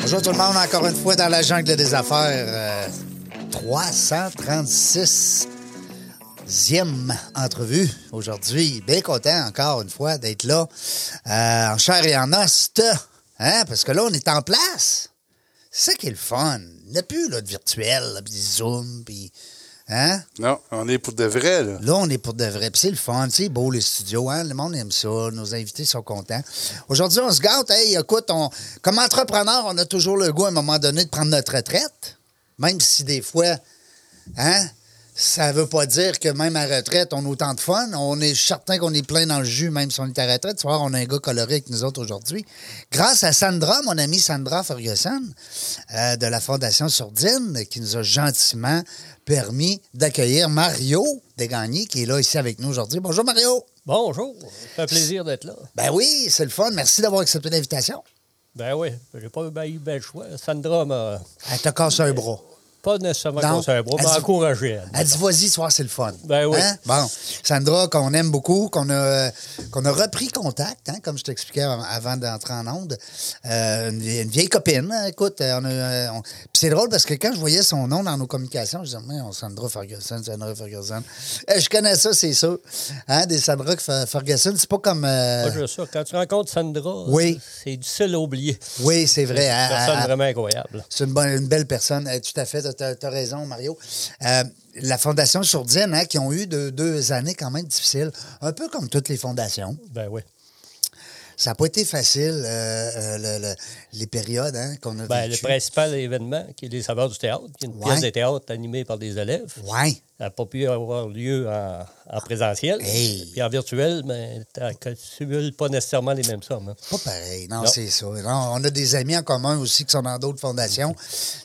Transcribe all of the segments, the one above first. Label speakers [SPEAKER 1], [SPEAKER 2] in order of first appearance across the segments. [SPEAKER 1] Bonjour tout le monde, encore une fois dans la jungle des affaires. euh, 336e entrevue e aujourd'hui. Bien content encore une fois d'être là euh, en chair et en os. t'as. Hein? Parce que là, on est en place. C'est ça qui est le fun. Il n'y a plus là, de virtuel, là, puis Zoom, puis... Hein?
[SPEAKER 2] Non, on est pour de vrai, là.
[SPEAKER 1] Là, on est pour de vrai. Puis c'est le fun, c'est beau les studios, hein? Le monde aime ça. Nos invités sont contents. Aujourd'hui, on se gâte. Hey, écoute, on, comme entrepreneur, on a toujours le goût à un moment donné de prendre notre retraite. Même si des fois, hein, ça veut pas dire que même à retraite, on a autant de fun. On est certain qu'on est plein dans le jus, même si on est à retraite. Tu vois, on a un gars coloré avec nous autres aujourd'hui. Grâce à Sandra, mon amie Sandra Ferguson, euh, de la Fondation Sourdine, qui nous a gentiment permis d'accueillir Mario Desgagnés, qui est là ici avec nous aujourd'hui. Bonjour Mario!
[SPEAKER 3] Bonjour, ça fait plaisir d'être là.
[SPEAKER 1] Ben oui, c'est le fun. Merci d'avoir accepté l'invitation.
[SPEAKER 3] Ben oui, j'ai pas eu ben- eu ben le choix. Sandra m'a
[SPEAKER 1] Elle te casse un bras.
[SPEAKER 3] pas nécessairement
[SPEAKER 1] Non.
[SPEAKER 3] conseillé un bras,
[SPEAKER 1] Elle
[SPEAKER 3] m'a
[SPEAKER 1] dit-
[SPEAKER 3] encouragé. elle.
[SPEAKER 1] Elle dit, vas-y, ce soir, c'est le fun. Hein?
[SPEAKER 3] Ben oui.
[SPEAKER 1] Bon, Sandra, qu'on aime beaucoup, qu'on a, qu'on a repris contact, hein, comme je t'expliquais av- avant d'entrer en onde. Euh, une, vieille, une vieille copine, hein, écoute. euh, on a, euh, on- Puis c'est drôle parce que quand je voyais son nom dans nos communications, je disais, Mais, on Sandra Ferguson, Sandra Ferguson. Euh, je connais ça, c'est sûr. Hein, des Sandra F- Ferguson, c'est pas comme. euh,
[SPEAKER 3] Pas juste ça. Quand tu rencontres Sandra,
[SPEAKER 1] Oui.
[SPEAKER 3] c'est difficile à oublier.
[SPEAKER 1] Oui, c'est
[SPEAKER 3] C'est
[SPEAKER 1] vrai.
[SPEAKER 3] une
[SPEAKER 1] hein,
[SPEAKER 3] personne
[SPEAKER 1] hein,
[SPEAKER 3] vraiment incroyable.
[SPEAKER 1] C'est une, bonne- une belle personne. Euh, Tout à fait, tu as, raison, Mario. Euh, la Fondation Sourdine, hein, qui ont eu de- deux années quand même difficiles, un peu comme toutes les fondations.
[SPEAKER 3] Ben oui.
[SPEAKER 1] Ça n'a pas été facile, euh, euh, le- le- les périodes hein, qu'on a
[SPEAKER 3] Ben, le
[SPEAKER 1] vécues.
[SPEAKER 3] principal événement, qui est les saveurs du théâtre, qui est une
[SPEAKER 1] Ouais.
[SPEAKER 3] pièce de théâtre animée par des élèves,
[SPEAKER 1] Ouais.
[SPEAKER 3] n'a pas pu avoir lieu en, en présentiel.
[SPEAKER 1] Hey.
[SPEAKER 3] Puis en virtuel, mais tu ne pas nécessairement les mêmes sommes. hein.
[SPEAKER 1] Pas pareil, non,
[SPEAKER 3] Non.
[SPEAKER 1] c'est ça. Non, on a des amis en commun aussi qui sont dans d'autres fondations.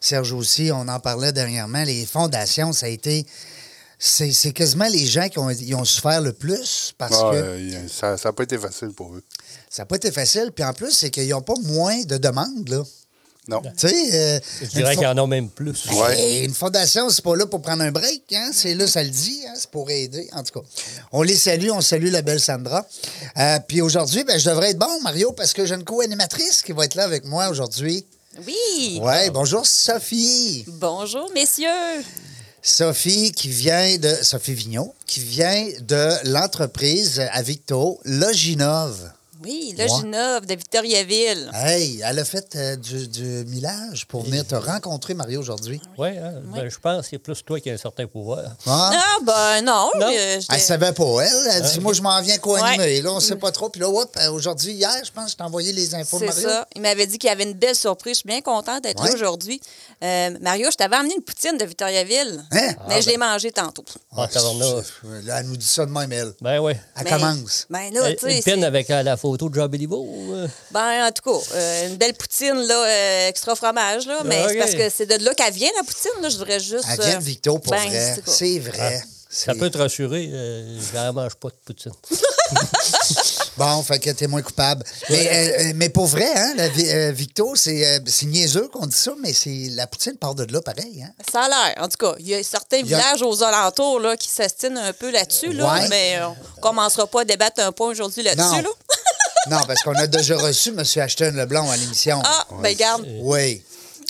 [SPEAKER 1] Serge aussi, on en parlait dernièrement. Les fondations, ça a été. C'est c'est quasiment les gens qui ont, ils ont souffert le plus parce
[SPEAKER 2] Ah,
[SPEAKER 1] que.
[SPEAKER 2] euh, y- ça n'a pas été facile pour eux.
[SPEAKER 1] Ça n'a pas été facile. Puis en plus, c'est qu'ils n'ont pas moins de demandes, là.
[SPEAKER 2] Non.
[SPEAKER 1] Tu sais, euh,
[SPEAKER 3] Je
[SPEAKER 1] une,
[SPEAKER 3] dirais
[SPEAKER 1] fo-
[SPEAKER 3] qu'il y en a même plus.
[SPEAKER 2] Ouais.
[SPEAKER 1] Hey, une fondation, c'est pas là pour prendre un break. Hein? C'est là, ça le dit. hein, C'est pour aider. En tout cas, on les salue. On salue la belle Sandra. Euh, puis aujourd'hui, ben, je devrais être bon, Mario, parce que j'ai une co-animatrice qui va être là avec moi aujourd'hui.
[SPEAKER 4] Oui.
[SPEAKER 1] Oui, bonjour, Sophie.
[SPEAKER 4] Bonjour, messieurs.
[SPEAKER 1] Sophie qui vient de... Sophie Vignon, qui vient de l'entreprise à Victo, Loginov.
[SPEAKER 4] Oui,
[SPEAKER 1] Ouais.
[SPEAKER 4] Loginov de Victoriaville.
[SPEAKER 1] Hey, elle a fait euh, du, du millage pour venir te rencontrer, Mario, aujourd'hui.
[SPEAKER 3] Oui, hein, ben, je pense que c'est plus toi qui as un certain pouvoir.
[SPEAKER 1] Ah,
[SPEAKER 4] Ah, ben non.
[SPEAKER 3] Non.
[SPEAKER 4] euh, j'étais-
[SPEAKER 1] elle savait pas, elle. Elle dit, moi, je m'en viens co-animer.
[SPEAKER 4] Ouais.
[SPEAKER 1] Là, on sait pas trop. Puis là, hop, euh, aujourd'hui, hier, je pense, je t'ai envoyé les infos,
[SPEAKER 4] c'est
[SPEAKER 1] Mario.
[SPEAKER 4] ça. Il m'avait dit qu'il y avait une belle surprise. Je suis bien contente d'être
[SPEAKER 1] Ouais.
[SPEAKER 4] là aujourd'hui. Euh, Mario, je t'avais amené une poutine de Victoriaville.
[SPEAKER 1] Hein?
[SPEAKER 4] Mais je l'ai mangée tantôt.
[SPEAKER 3] En tabarnak.
[SPEAKER 1] Ouais, Là, elle nous dit Ah, ça de même, elle.
[SPEAKER 3] Ben oui.
[SPEAKER 1] Elle
[SPEAKER 4] Mais-
[SPEAKER 1] commence.
[SPEAKER 4] Ben là, tu sais.
[SPEAKER 3] Une
[SPEAKER 4] c'est-
[SPEAKER 3] pin avec euh, la photo de Jean Béliveau. euh,
[SPEAKER 4] Ben, en tout cas, euh, une belle poutine, là, euh, extra fromage, là. Mais c'est
[SPEAKER 3] ok.
[SPEAKER 4] parce que c'est de là qu'elle vient, la poutine, là. Je voudrais juste.
[SPEAKER 1] Elle vient de Victo, pour
[SPEAKER 4] ben,
[SPEAKER 1] vrai.
[SPEAKER 4] c'est quoi.
[SPEAKER 1] C'est vrai.
[SPEAKER 3] Ah, Ça
[SPEAKER 1] C'est-
[SPEAKER 3] peut te rassurer, euh, je ne mange pas de poutine.
[SPEAKER 1] Bon, fait que t'es moins coupable. Mais, euh, euh, mais pour vrai, hein, la vi- euh, Victo, c'est euh, c'est niaiseux qu'on dit ça, mais c'est la poutine part de là pareil. Hein?
[SPEAKER 4] Ça a l'air. En tout cas, il y a certains
[SPEAKER 1] a-
[SPEAKER 4] villages aux alentours là, qui s'astinent un peu là-dessus, là,
[SPEAKER 1] Ouais.
[SPEAKER 4] mais euh, on ne commencera pas à débattre un point aujourd'hui
[SPEAKER 1] Non.
[SPEAKER 4] là-dessus. Là.
[SPEAKER 1] non, parce qu'on a déjà reçu M. Ashton Leblanc à l'émission.
[SPEAKER 4] Ah, ben garde.
[SPEAKER 3] Euh,
[SPEAKER 1] Oui.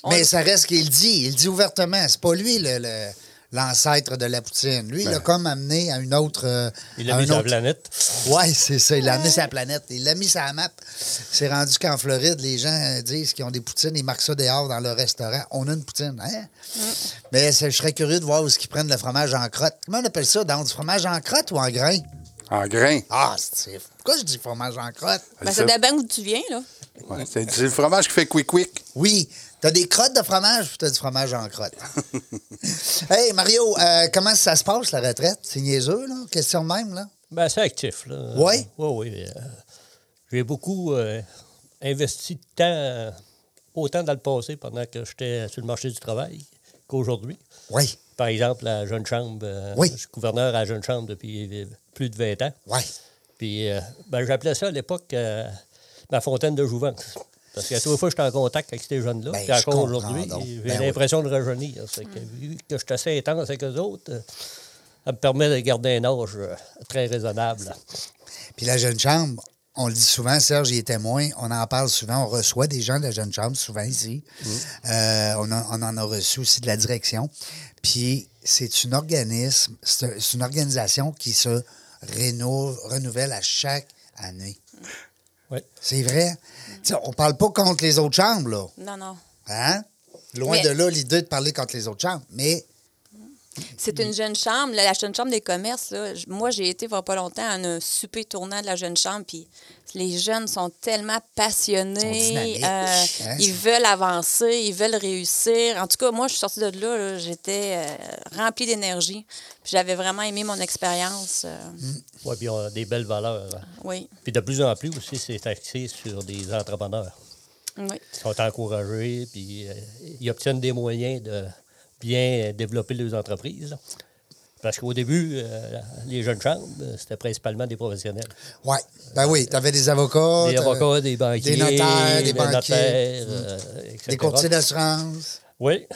[SPEAKER 4] On-
[SPEAKER 1] Mais ça reste qu'il dit. Il dit ouvertement. C'est pas lui le- le- l'ancêtre de la poutine. Lui, il l'a comme amené à une autre. euh,
[SPEAKER 3] Ben. Il
[SPEAKER 1] à
[SPEAKER 3] a
[SPEAKER 1] un
[SPEAKER 3] mis sur la
[SPEAKER 1] autre-
[SPEAKER 3] planète.
[SPEAKER 1] Ouais, c'est ça. Il l'a amené sur la planète. Il l'a mis sur la map. C'est rendu qu'en Floride, les gens euh, disent qu'ils ont des poutines. Ils marquent ça dehors dans leur restaurant. On a une poutine. Hein? Mais c'est- je serais curieux de voir où est-ce qu'ils prennent le fromage en crotte. Comment on appelle ça? Dans du fromage en crotte ou en grain?
[SPEAKER 2] En grain.
[SPEAKER 1] Ah, c'est... Pourquoi je dis fromage en crotte?
[SPEAKER 4] Ben, ça dépend où tu viens. là.
[SPEAKER 2] Ouais, c'est c'est le fromage qui fait quick quick.
[SPEAKER 1] Oui, T'as des crottes de fromage ou t'as du fromage en crotte? hey, Mario, euh, comment ça se passe, la retraite? C'est niaiseux, là? Question de même, là?
[SPEAKER 3] Ben, c'est actif, là.
[SPEAKER 1] Ouais?
[SPEAKER 3] Oui, oui. euh, J'ai beaucoup euh, investi de temps, euh, autant dans le passé, pendant que j'étais sur le marché du travail, qu'aujourd'hui.
[SPEAKER 1] Oui,
[SPEAKER 3] Par exemple, à Jeune Chambre, euh,
[SPEAKER 1] Oui.
[SPEAKER 3] je suis gouverneur à Jeune Chambre depuis euh, plus de 20 ans.
[SPEAKER 1] oui.
[SPEAKER 3] Puis, euh, ben, j'appelais ça à l'époque euh, ma fontaine de jouvence. Parce qu'à chaque fois, je suis en contact avec ces jeunes-là.
[SPEAKER 1] Ben,
[SPEAKER 3] puis encore
[SPEAKER 1] je comprends
[SPEAKER 3] aujourd'hui,
[SPEAKER 1] donc.
[SPEAKER 3] j'ai
[SPEAKER 1] Ben oui.
[SPEAKER 3] l'impression de rajeunir. C'est que, vu que je suis assez intense avec eux autres, euh, ça me permet de garder un âge euh, très raisonnable.
[SPEAKER 1] Puis la jeune chambre, on le dit souvent, Serge y est témoin, on en parle souvent, on reçoit des gens de la jeune chambre souvent ici. Euh, on, a- on en a reçu aussi de la direction. Puis c'est un organisme, c'est un- c'est une organisation qui se rénove- renouvelle à chaque année.
[SPEAKER 3] Oui.
[SPEAKER 1] C'est vrai. Tu sais, on parle pas contre les autres chambres, là.
[SPEAKER 4] Non, non.
[SPEAKER 1] Hein? Loin
[SPEAKER 4] Mais-
[SPEAKER 1] de là l'idée de parler contre les autres chambres, mais
[SPEAKER 4] C'est
[SPEAKER 1] Mm.
[SPEAKER 4] une jeune chambre, là, la jeune chambre des commerces. là. J- Moi, j'ai été, il y a pas longtemps, à un souper tournant de la jeune chambre. Puis les jeunes sont tellement
[SPEAKER 1] Ils sont
[SPEAKER 4] passionnés. euh,
[SPEAKER 1] dynamiques, hein,
[SPEAKER 4] ils veulent avancer, ils veulent réussir. En tout cas, moi, je suis sortie de là, là, j'étais euh, remplie d'énergie. Puis j'avais vraiment aimé mon expérience. euh,
[SPEAKER 1] Mm.
[SPEAKER 3] Oui, puis on a des belles valeurs. hein.
[SPEAKER 4] Oui.
[SPEAKER 3] Puis de plus en plus aussi, c'est axé sur des entrepreneurs
[SPEAKER 4] Oui.
[SPEAKER 3] qui sont encouragés, puis euh, ils obtiennent des moyens de bien développer leurs entreprises. là. Parce qu'au début, euh, les jeunes chambres, euh, c'était principalement des professionnels.
[SPEAKER 1] ouais. Ben oui, t'avais des avocats.
[SPEAKER 3] Des
[SPEAKER 1] t'avais-
[SPEAKER 3] avocats, des banquiers,
[SPEAKER 1] Ah, Des notaires, des, banquiers. mm.
[SPEAKER 3] notaires, euh, etc.
[SPEAKER 1] Des courtiers d'assurance.
[SPEAKER 3] Oui,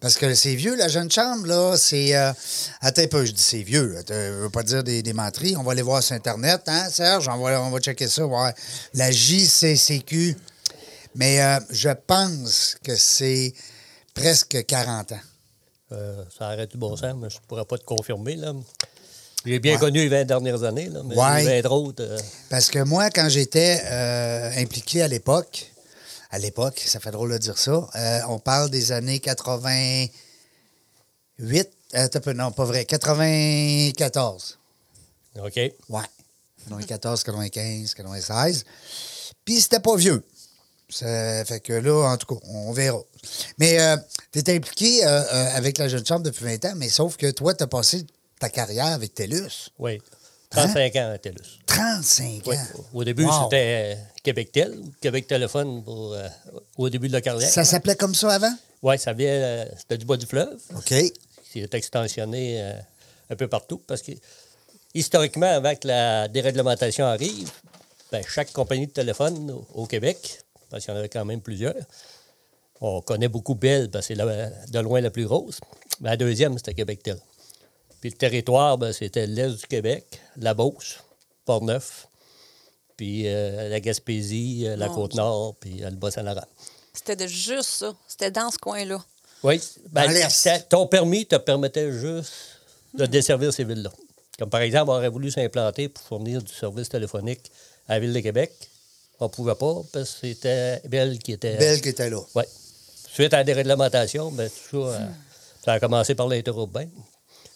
[SPEAKER 1] Parce que c'est vieux, la jeune chambre, là, c'est... euh, Attends un peu, je dis c'est vieux. là. Je veux pas dire des, des menteries. On va aller voir sur Internet, hein, Serge? On va, on va checker ça, ouais. La JCCQ. Mais euh, je pense que c'est presque 40 ans.
[SPEAKER 3] Euh, ça arrête du bon sens, mais je ne pourrais pas te confirmer. là. J'ai bien connu les 20 dernières années, là, mais
[SPEAKER 1] Ouais.
[SPEAKER 3] les 20 autres, euh,
[SPEAKER 1] Parce que moi, quand j'étais euh, impliqué à l'époque, à l'époque, ça fait drôle de dire ça, euh, on parle des années 88, euh, t'as peu, non, pas vrai, 94.
[SPEAKER 3] OK.
[SPEAKER 1] Ouais. 94, 95, 96. Puis c'était pas vieux. Ça fait que là, en tout cas, on verra. Mais tu étais impliqué euh, euh, avec la Jeune Chambre depuis 20 ans, mais sauf que toi, tu as passé ta carrière avec TELUS.
[SPEAKER 3] Oui. 35 ans à TELUS.
[SPEAKER 1] 35 ans.
[SPEAKER 3] Oui. Au début,
[SPEAKER 1] Hein? Wow.
[SPEAKER 3] c'était euh, Québec Tel, ou Québec Téléphone pour, euh, au début de la carrière.
[SPEAKER 1] Ça s'appelait comme ça avant?
[SPEAKER 3] Oui, ça vient, euh, c'était du bas du fleuve.
[SPEAKER 1] OK.
[SPEAKER 3] C'est extensionné euh, un peu partout parce que, historiquement, avant que la déréglementation arrive, ben, chaque compagnie de téléphone au, au Québec, parce qu'il y en avait quand même plusieurs, on connaît beaucoup Bell parce que c'est la- de loin la plus grosse. Ben, La deuxième, c'était Québec Tel. Puis le territoire, ben, c'était l'Est du Québec, la Beauce, Port-Neuf, puis euh, la Gaspésie, euh, la
[SPEAKER 4] Mon
[SPEAKER 3] Côte-Nord, puis euh, le Bas-Saint-Laurent.
[SPEAKER 4] C'était de juste ça. C'était dans ce coin-là.
[SPEAKER 3] Oui. Ben,
[SPEAKER 1] Dans l'Est. Hmm.
[SPEAKER 3] ça- ton permis te permettait juste de desservir ces villes-là. Comme par exemple, on aurait voulu s'implanter pour fournir du service téléphonique à la Ville de Québec. On ne pouvait pas parce que c'était Belle qui était.
[SPEAKER 1] Belle qui était là.
[SPEAKER 3] Oui. Suite à la déréglementation, ben, tout ça, euh,
[SPEAKER 1] Hmm.
[SPEAKER 3] ça a commencé par l'interurbain.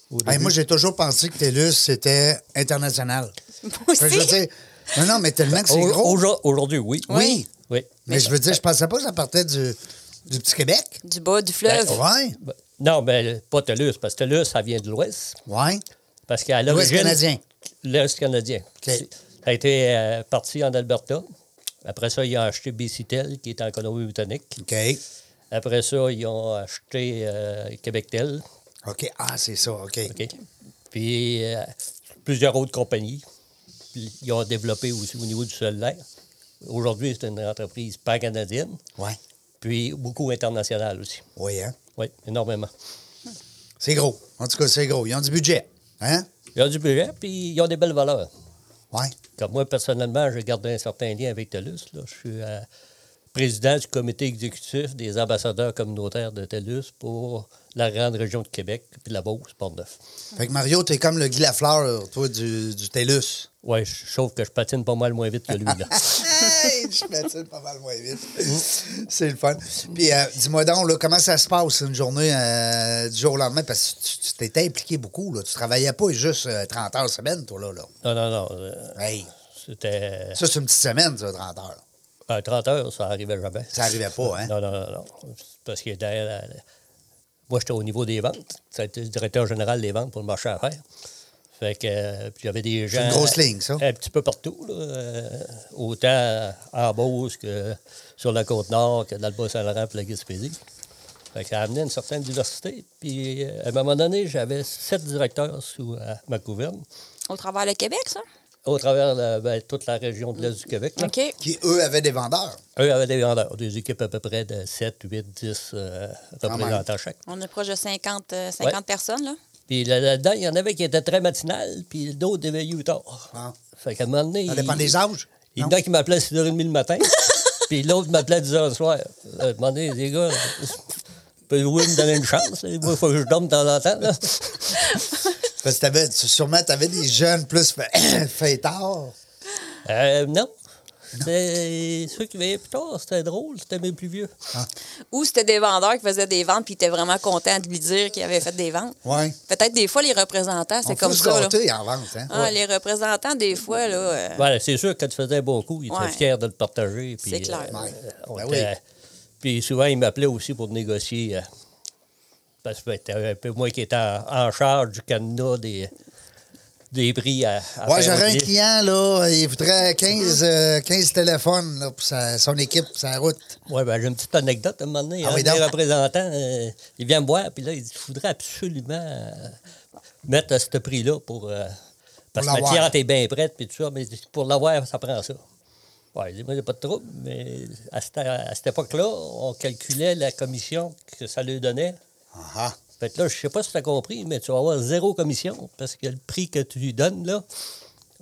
[SPEAKER 3] au
[SPEAKER 1] Hey,
[SPEAKER 3] début.
[SPEAKER 1] moi, j'ai toujours pensé que TELUS, c'était international.
[SPEAKER 4] Moi
[SPEAKER 1] Fait que Ben, Je veux
[SPEAKER 4] aussi.
[SPEAKER 1] dire, non, non, mais tellement que c'est
[SPEAKER 3] Au-
[SPEAKER 1] gros.
[SPEAKER 3] aujourd- Aujourd'hui, oui.
[SPEAKER 1] Oui.
[SPEAKER 3] Oui.
[SPEAKER 1] Mais je veux dire, je pensais pas que ça partait du, du petit Québec.
[SPEAKER 4] Du bas du fleuve.
[SPEAKER 3] Ben,
[SPEAKER 1] Ouais,
[SPEAKER 3] Ben, Non, mais pas Toulouse, parce que Toulouse, ça vient de l'Ouest.
[SPEAKER 1] ouais.
[SPEAKER 3] Parce qu'à
[SPEAKER 1] L'Ouest
[SPEAKER 3] l'origine.
[SPEAKER 1] canadien.
[SPEAKER 3] L'Est canadien. C'est- Ça a été euh, parti en Alberta. Après ça, ils ont acheté BCTEL, qui est en Colombie-Britannique.
[SPEAKER 1] OK.
[SPEAKER 3] Après ça, ils ont acheté euh, QuébecTel.
[SPEAKER 1] OK. Ah, c'est ça. OK.
[SPEAKER 3] OK? Puis euh, plusieurs autres compagnies. Puis, ils ont développé aussi au niveau du solaire. Aujourd'hui, c'est une entreprise pan-canadienne,
[SPEAKER 1] Ouais.
[SPEAKER 3] puis beaucoup internationale aussi.
[SPEAKER 1] Oui, hein.
[SPEAKER 3] Oui, énormément.
[SPEAKER 1] C'est gros. En tout cas, c'est gros. Ils ont du budget. Hein?
[SPEAKER 3] Ils ont du budget, puis ils ont des belles valeurs.
[SPEAKER 1] Ouais.
[SPEAKER 3] Comme moi, personnellement, j'ai gardé un certain lien avec TELUS. là. Je suis euh, président du comité exécutif des ambassadeurs communautaires de TELUS pour la grande région de Québec puis la Beauce, Port-Neuf.
[SPEAKER 1] Fait que Mario, t'es comme le Guy Lafleur, toi, du, du TELUS.
[SPEAKER 3] Oui, sauf que je patine pas mal moins vite que lui. Là.
[SPEAKER 1] Hey, je patine pas mal moins vite. C'est le fun. Puis, euh, dis-moi donc, là, comment ça se passe une journée euh, du jour au lendemain? Parce que tu tu t'étais impliqué beaucoup. Là. Tu travaillais pas juste euh, 30 heures semaine, toi, là. là.
[SPEAKER 3] non, non, non. euh,
[SPEAKER 1] Hey,
[SPEAKER 3] C'était.
[SPEAKER 1] ça, c'est une petite semaine, ça, 30 heures.
[SPEAKER 3] Ben, 30 heures, ça n'arrivait jamais.
[SPEAKER 1] Ça n'arrivait pas, hein?
[SPEAKER 3] Non, non, non, non. C'est Parce que derrière, la- la- moi, j'étais au niveau des ventes. J'étais le directeur général des ventes pour le marché à faire. Fait que, euh, puis il y avait des gens.
[SPEAKER 1] une grosse ligne, ça.
[SPEAKER 3] Un petit peu partout, là. euh, autant en Beauce que sur la Côte-Nord, que dans le Bas-Saint-Laurent, puis la Gaspésie. Fait que ça amenait une certaine diversité. Puis, euh, à un moment donné, j'avais sept directeurs sous euh, ma gouverne,
[SPEAKER 4] Au travers le Québec, ça?
[SPEAKER 3] au travers de ben, toute la région de l'Est du Québec.
[SPEAKER 1] Ah.
[SPEAKER 3] là.
[SPEAKER 4] OK.
[SPEAKER 1] Qui, eux, avaient des vendeurs.
[SPEAKER 3] Eux avaient des vendeurs, des équipes à peu près de 7, 8, 10 euh, représentants chaque.
[SPEAKER 4] On est proche de 50, euh, 50
[SPEAKER 3] Ouais.
[SPEAKER 4] personnes, là.
[SPEAKER 3] Puis là- là-dedans, il y en avait qui étaient très matinales, puis d'autres devaient veillées tard.
[SPEAKER 1] Ah.
[SPEAKER 3] Fait qu'à un moment donné.
[SPEAKER 1] Ça dépend
[SPEAKER 3] il-
[SPEAKER 1] des âges.
[SPEAKER 3] Il y en
[SPEAKER 1] non?
[SPEAKER 3] a qui m'appelait à 6h30 le matin, puis l'autre m'appelait à 10h le soir. Là, Je demandais, les gars, pouvez-vous me donner une chance? là? Moi, il faut que je dorme de temps en temps. là.
[SPEAKER 1] Parce que t'avais- tu- sûrement, tu avais des jeunes plus fait- fêtards.
[SPEAKER 3] Euh, non. C'est- Ceux qui veillaient plus tard, c'était drôle, c'était mes plus vieux.
[SPEAKER 4] Ou c'était des vendeurs qui faisaient des ventes puis étaient vraiment contents de lui dire qu'ils avaient fait des ventes.
[SPEAKER 1] Ouais.
[SPEAKER 4] Peut-être des fois, les représentants,
[SPEAKER 1] On
[SPEAKER 4] c'est comme
[SPEAKER 1] faut se
[SPEAKER 4] ça. là.
[SPEAKER 1] gâter en vente. Hein?
[SPEAKER 4] Ah, Les représentants, des fois, là, euh,
[SPEAKER 3] Voilà, c'est sûr que quand tu faisais beaucoup, ils étaient
[SPEAKER 4] Ouais.
[SPEAKER 3] fiers de le partager. puis, euh,
[SPEAKER 4] C'est clair.
[SPEAKER 1] Ouais.
[SPEAKER 3] on
[SPEAKER 1] Ben
[SPEAKER 3] était-
[SPEAKER 1] oui.
[SPEAKER 3] Puis souvent, ils m'appelaient aussi pour négocier. euh, parce que c'était un peu moi qui étais en, en charge du cadenas des, des prix à, à
[SPEAKER 1] Ouais,
[SPEAKER 3] faire
[SPEAKER 1] j'aurais un
[SPEAKER 3] régler.
[SPEAKER 1] client, là, il voudrait 15, euh, 15 téléphones là, pour sa- son équipe, pour sa route.
[SPEAKER 3] Oui, ben, j'ai une petite anecdote à un moment donné.
[SPEAKER 1] Ah
[SPEAKER 3] un
[SPEAKER 1] oui,
[SPEAKER 3] des
[SPEAKER 1] donc.
[SPEAKER 3] représentants, euh, il vient me voir, puis là, il dit Je voudrais absolument euh, mettre à ce prix-là pour. euh, parce
[SPEAKER 1] Pour
[SPEAKER 3] que ma
[SPEAKER 1] l'avoir.
[SPEAKER 3] cliente est bien prête, puis tout ça, mais pour l'avoir, ça prend ça. Ouais, il dit Moi, j'ai pas de trouble, mais à cette, à cette époque-là, on calculait la commission que ça lui donnait.
[SPEAKER 1] Ah,
[SPEAKER 3] Fait que là, je sais pas si tu as compris, mais tu vas avoir zéro commission parce que le prix que tu lui donnes, là,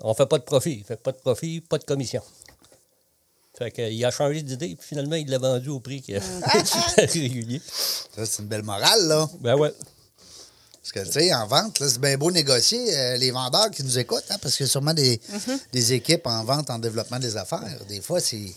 [SPEAKER 3] on fait pas de profit. Fait que pas de profit, pas de commission. Fait que, euh, il a changé d'idée, puis finalement, il l'a vendu au prix qui est régulier.
[SPEAKER 1] ça, c'est une belle morale, là.
[SPEAKER 3] Ben ouais.
[SPEAKER 1] Parce que, tu sais, en vente, là, c'est bien beau négocier euh, les vendeurs qui nous écoutent, hein, parce qu'il y a sûrement des,
[SPEAKER 4] Mhm.
[SPEAKER 1] des équipes en vente, en développement des affaires. Des fois, c'est,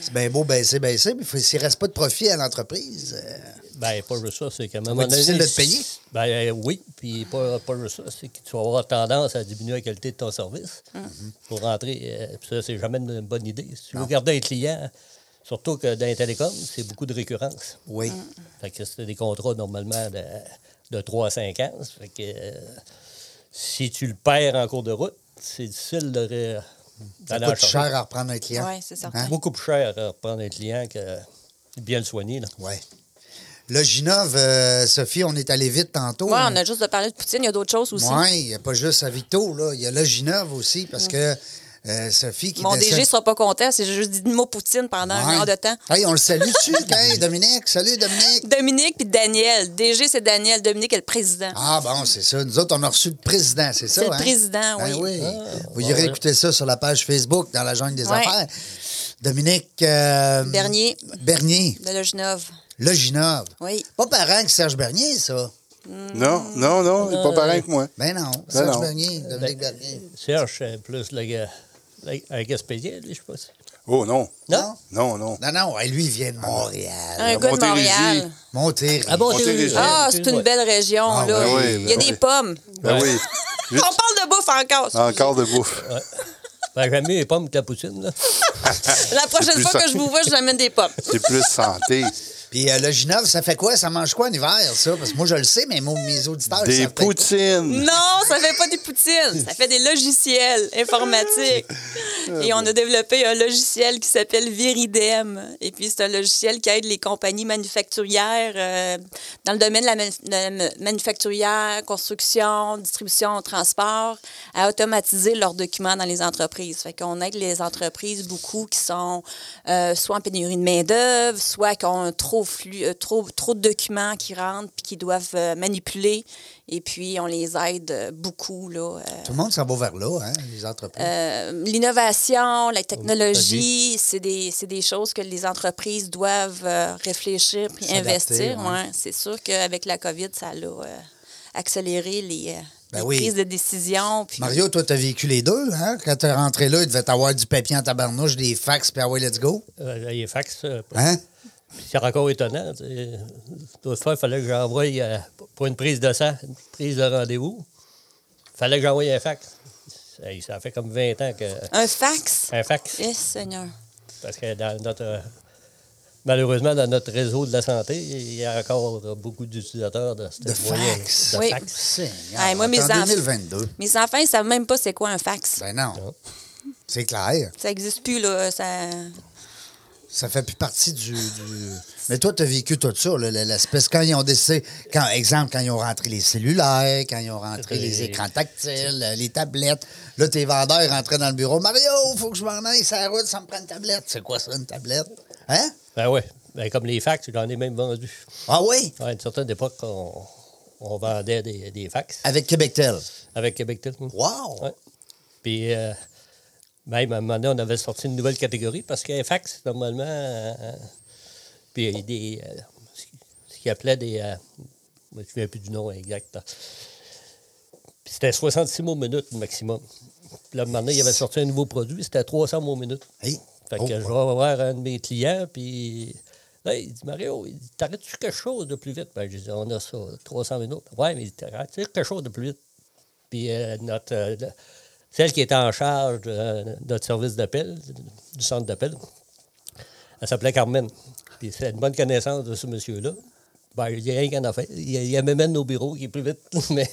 [SPEAKER 1] c'est bien beau baisser, baisser, mais faut- s'il ne reste pas de profit à l'entreprise, euh,
[SPEAKER 3] Ben, pas juste ça, c'est qu'à un
[SPEAKER 1] va
[SPEAKER 3] moment
[SPEAKER 1] être difficile de te payer.
[SPEAKER 3] Ben euh, oui, puis pas, pas juste ça, c'est que tu vas avoir tendance à diminuer la qualité de ton service
[SPEAKER 1] Mm-hmm.
[SPEAKER 3] pour rentrer. euh, puis ça, c'est jamais une, une bonne idée. Si tu veux garder un client, surtout que dans les télécoms, c'est beaucoup de récurrence.
[SPEAKER 1] oui.
[SPEAKER 4] Mm.
[SPEAKER 3] Fait que c'était des contrats normalement de, de 3 à 5 ans. Ça Fait que euh, si tu le perds en cours de route, c'est difficile de. ré-
[SPEAKER 1] Ça
[SPEAKER 3] d'aller en
[SPEAKER 1] coûte
[SPEAKER 3] changer.
[SPEAKER 1] cher à reprendre un client.
[SPEAKER 4] Ouais, c'est certain.
[SPEAKER 1] Hein?
[SPEAKER 3] Beaucoup plus cher à reprendre un client que de bien le soigner. Là.
[SPEAKER 1] Ouais. Là, Ginov, euh, Sophie, on est allé vite tantôt. hein.
[SPEAKER 4] ouais, on a juste de parler de Poutine, il y a d'autres choses aussi.
[SPEAKER 1] Oui, il n'y a pas juste à Vito, là. Il y a là Ginov aussi, parce que euh, Sophie qui
[SPEAKER 4] Mon
[SPEAKER 1] était-
[SPEAKER 4] DG sera pas content si j'ai juste dit le mot Poutine pendant
[SPEAKER 1] Ouais.
[SPEAKER 4] un heure de temps.
[SPEAKER 1] Hey, on le salue dessus, hey, Dominique. Salut, Dominique.
[SPEAKER 4] Dominique puis Daniel. DG, c'est Daniel. Dominique est le président.
[SPEAKER 1] Ah, bon, c'est ça. Nous autres, on a reçu le président, c'est ça?
[SPEAKER 4] C'est le
[SPEAKER 1] hein?
[SPEAKER 4] président, oui. Ah,
[SPEAKER 1] Ben Vous
[SPEAKER 3] bon,
[SPEAKER 1] irez
[SPEAKER 3] ouais.
[SPEAKER 1] écouter ça sur la page Facebook dans la jungle des
[SPEAKER 4] Ouais.
[SPEAKER 1] affaires. Dominique. euh,
[SPEAKER 4] Bernier.
[SPEAKER 1] Bernier,
[SPEAKER 4] De Loginov.
[SPEAKER 1] le Ginov.
[SPEAKER 4] Oui.
[SPEAKER 1] Pas parent que Serge Bernier, ça. Mm.
[SPEAKER 2] Non, non, non, il n'est pas pareil que moi.
[SPEAKER 1] Ben non, Serge
[SPEAKER 2] non.
[SPEAKER 1] Bernier, Dominique Bernier.
[SPEAKER 3] Serge, c'est plus le, gars- le- un Gaspésien, lui, je pense.
[SPEAKER 2] Oh non,
[SPEAKER 3] Non?
[SPEAKER 2] non, non.
[SPEAKER 1] Non, non, ouais, lui, il vient de Montréal.
[SPEAKER 4] Un gars de
[SPEAKER 2] Montérégie.
[SPEAKER 4] Montréal.
[SPEAKER 1] Monterrey.
[SPEAKER 3] Ah bon,
[SPEAKER 2] Montérégie.
[SPEAKER 3] c'est
[SPEAKER 4] Ah, c'est une belle région,
[SPEAKER 1] Ah,
[SPEAKER 4] là.
[SPEAKER 2] ouais,
[SPEAKER 4] il y
[SPEAKER 2] ouais.
[SPEAKER 4] a
[SPEAKER 2] Ah,
[SPEAKER 4] des pommes.
[SPEAKER 2] Ben oui,
[SPEAKER 4] On parle de bouffe encore.
[SPEAKER 2] encore de bouffe.
[SPEAKER 3] Ben, j'aime mieux les pommes que la poutine. Là.
[SPEAKER 4] La prochaine
[SPEAKER 2] plus
[SPEAKER 4] fois
[SPEAKER 2] ça.
[SPEAKER 4] que je vous vois, je vous amène des pommes.
[SPEAKER 2] C'est plus santé.
[SPEAKER 1] Puis euh, le Ginov, ça fait quoi? Ça mange quoi en hiver, ça? Parce que moi, je le sais, mais moi, mes auditeurs, ils
[SPEAKER 2] Des
[SPEAKER 1] savent peut-être Mm.
[SPEAKER 2] poutines.
[SPEAKER 4] Non, ça fait pas des poutines, ça fait des logiciels informatiques. Et on a développé un logiciel qui s'appelle Viridem. Et puis, c'est un logiciel qui aide les compagnies manufacturières euh, dans le domaine de la, manu- de la ma- manufacturière, construction, distribution, transport, à automatiser leurs documents dans les entreprises. Fait qu'on aide les entreprises beaucoup qui sont euh, soit en pénurie de main-d'œuvre, soit qui ont un trop, flux, euh, trop, trop de documents qui rentrent puis qui doivent euh, manipuler. Et puis, on les aide euh, beaucoup. Là, euh,
[SPEAKER 1] pas. Tout le monde s'en va vers là, hein, les entreprises.
[SPEAKER 4] euh, l'innovation, la technologie, c'est des, c'est des choses que les entreprises doivent euh, réfléchir puis
[SPEAKER 1] S'adapter,
[SPEAKER 4] investir.
[SPEAKER 1] ouais.
[SPEAKER 4] ouais. C'est sûr qu'avec la COVID, ça l'a euh, accéléré les, euh,
[SPEAKER 1] Ben
[SPEAKER 4] les
[SPEAKER 1] oui.
[SPEAKER 4] prises de décision. puis-
[SPEAKER 1] Mario, toi, t'as vécu les deux, hein? Quand t'es rentré là, il devait t'avoir du papier en tabarnouche, des fax, puis ah ouais, let's go.
[SPEAKER 3] Euh, les fax, euh,
[SPEAKER 1] Hein?
[SPEAKER 3] C'est encore étonnant. tu sais. L'autre fois, il fallait que j'envoie euh, pour une prise de sang, une prise de rendez-vous. Il fallait que j'envoie un fax. Hey, Ça fait comme 20 ans que.
[SPEAKER 4] Un fax?
[SPEAKER 3] Un fax.
[SPEAKER 4] Yes, Seigneur.
[SPEAKER 3] Parce que dans notre. euh, Malheureusement, dans notre réseau de la santé, il y a encore beaucoup d'utilisateurs de ce
[SPEAKER 1] De
[SPEAKER 3] moyen.
[SPEAKER 1] fax.
[SPEAKER 3] De
[SPEAKER 4] Oui.
[SPEAKER 3] fax.
[SPEAKER 1] Seigneur,
[SPEAKER 4] Ouais, moi,
[SPEAKER 1] on est
[SPEAKER 4] mes
[SPEAKER 1] en
[SPEAKER 4] enfants-
[SPEAKER 1] 2022.
[SPEAKER 4] Mes enfants, ils savent même pas c'est quoi un fax.
[SPEAKER 1] Ben non. C'est clair.
[SPEAKER 4] Ça n'existe plus, là. Ça...
[SPEAKER 1] Ça fait plus partie du. du- Mais toi, tu as vécu tout ça, là, l'espèce. Quand ils ont décidé. Quand, exemple, quand ils ont rentré les cellulaires, quand ils ont rentré les écrans tactiles, euh, les tablettes. Là, tes vendeurs rentraient dans le bureau. Mario, faut que je m'en aille, ça route, ça me prend une tablette. C'est quoi ça, une tablette? Hein?
[SPEAKER 3] Ben oui. Ben, comme les fax, j'en ai même vendu.
[SPEAKER 1] Ah oui?
[SPEAKER 3] À une certaine époque, on, on vendait des, des fax
[SPEAKER 1] Avec QuébecTel.
[SPEAKER 3] avec Québec Tel.
[SPEAKER 1] Wow!
[SPEAKER 3] Ouais. Puis, euh, même à un moment donné, on avait sorti une nouvelle catégorie parce qu'un fax, normalement, euh, puis il y a des, euh, ce qui- ce qu'ils appelaient des. euh, je ne me souviens plus du nom exact. là. Puis C'était 66 mots minutes maximum. Puis là, à un moment donné, il avait sorti un nouveau produit, c'était 300 mots minutes.
[SPEAKER 1] Hey.
[SPEAKER 3] Fait que
[SPEAKER 1] Oh,
[SPEAKER 3] je vais voir un de mes clients, puis là, il dit Mario, il dit, t'arrêtes-tu quelque chose de plus vite Ben, je dis On a ça, 300 minutes. Ouais, mais il dit, t'arrêtes-tu quelque chose de plus vite Puis euh, notre, euh, le- celle qui était en charge de euh, notre service d'appel, du centre d'appel, elle s'appelait Carmen. Puis c'est une bonne connaissance de ce monsieur-là. Ben, il n'y a rien qu'en a fait. Il y a, il y a Mémène au bureau qui est plus vite. Mais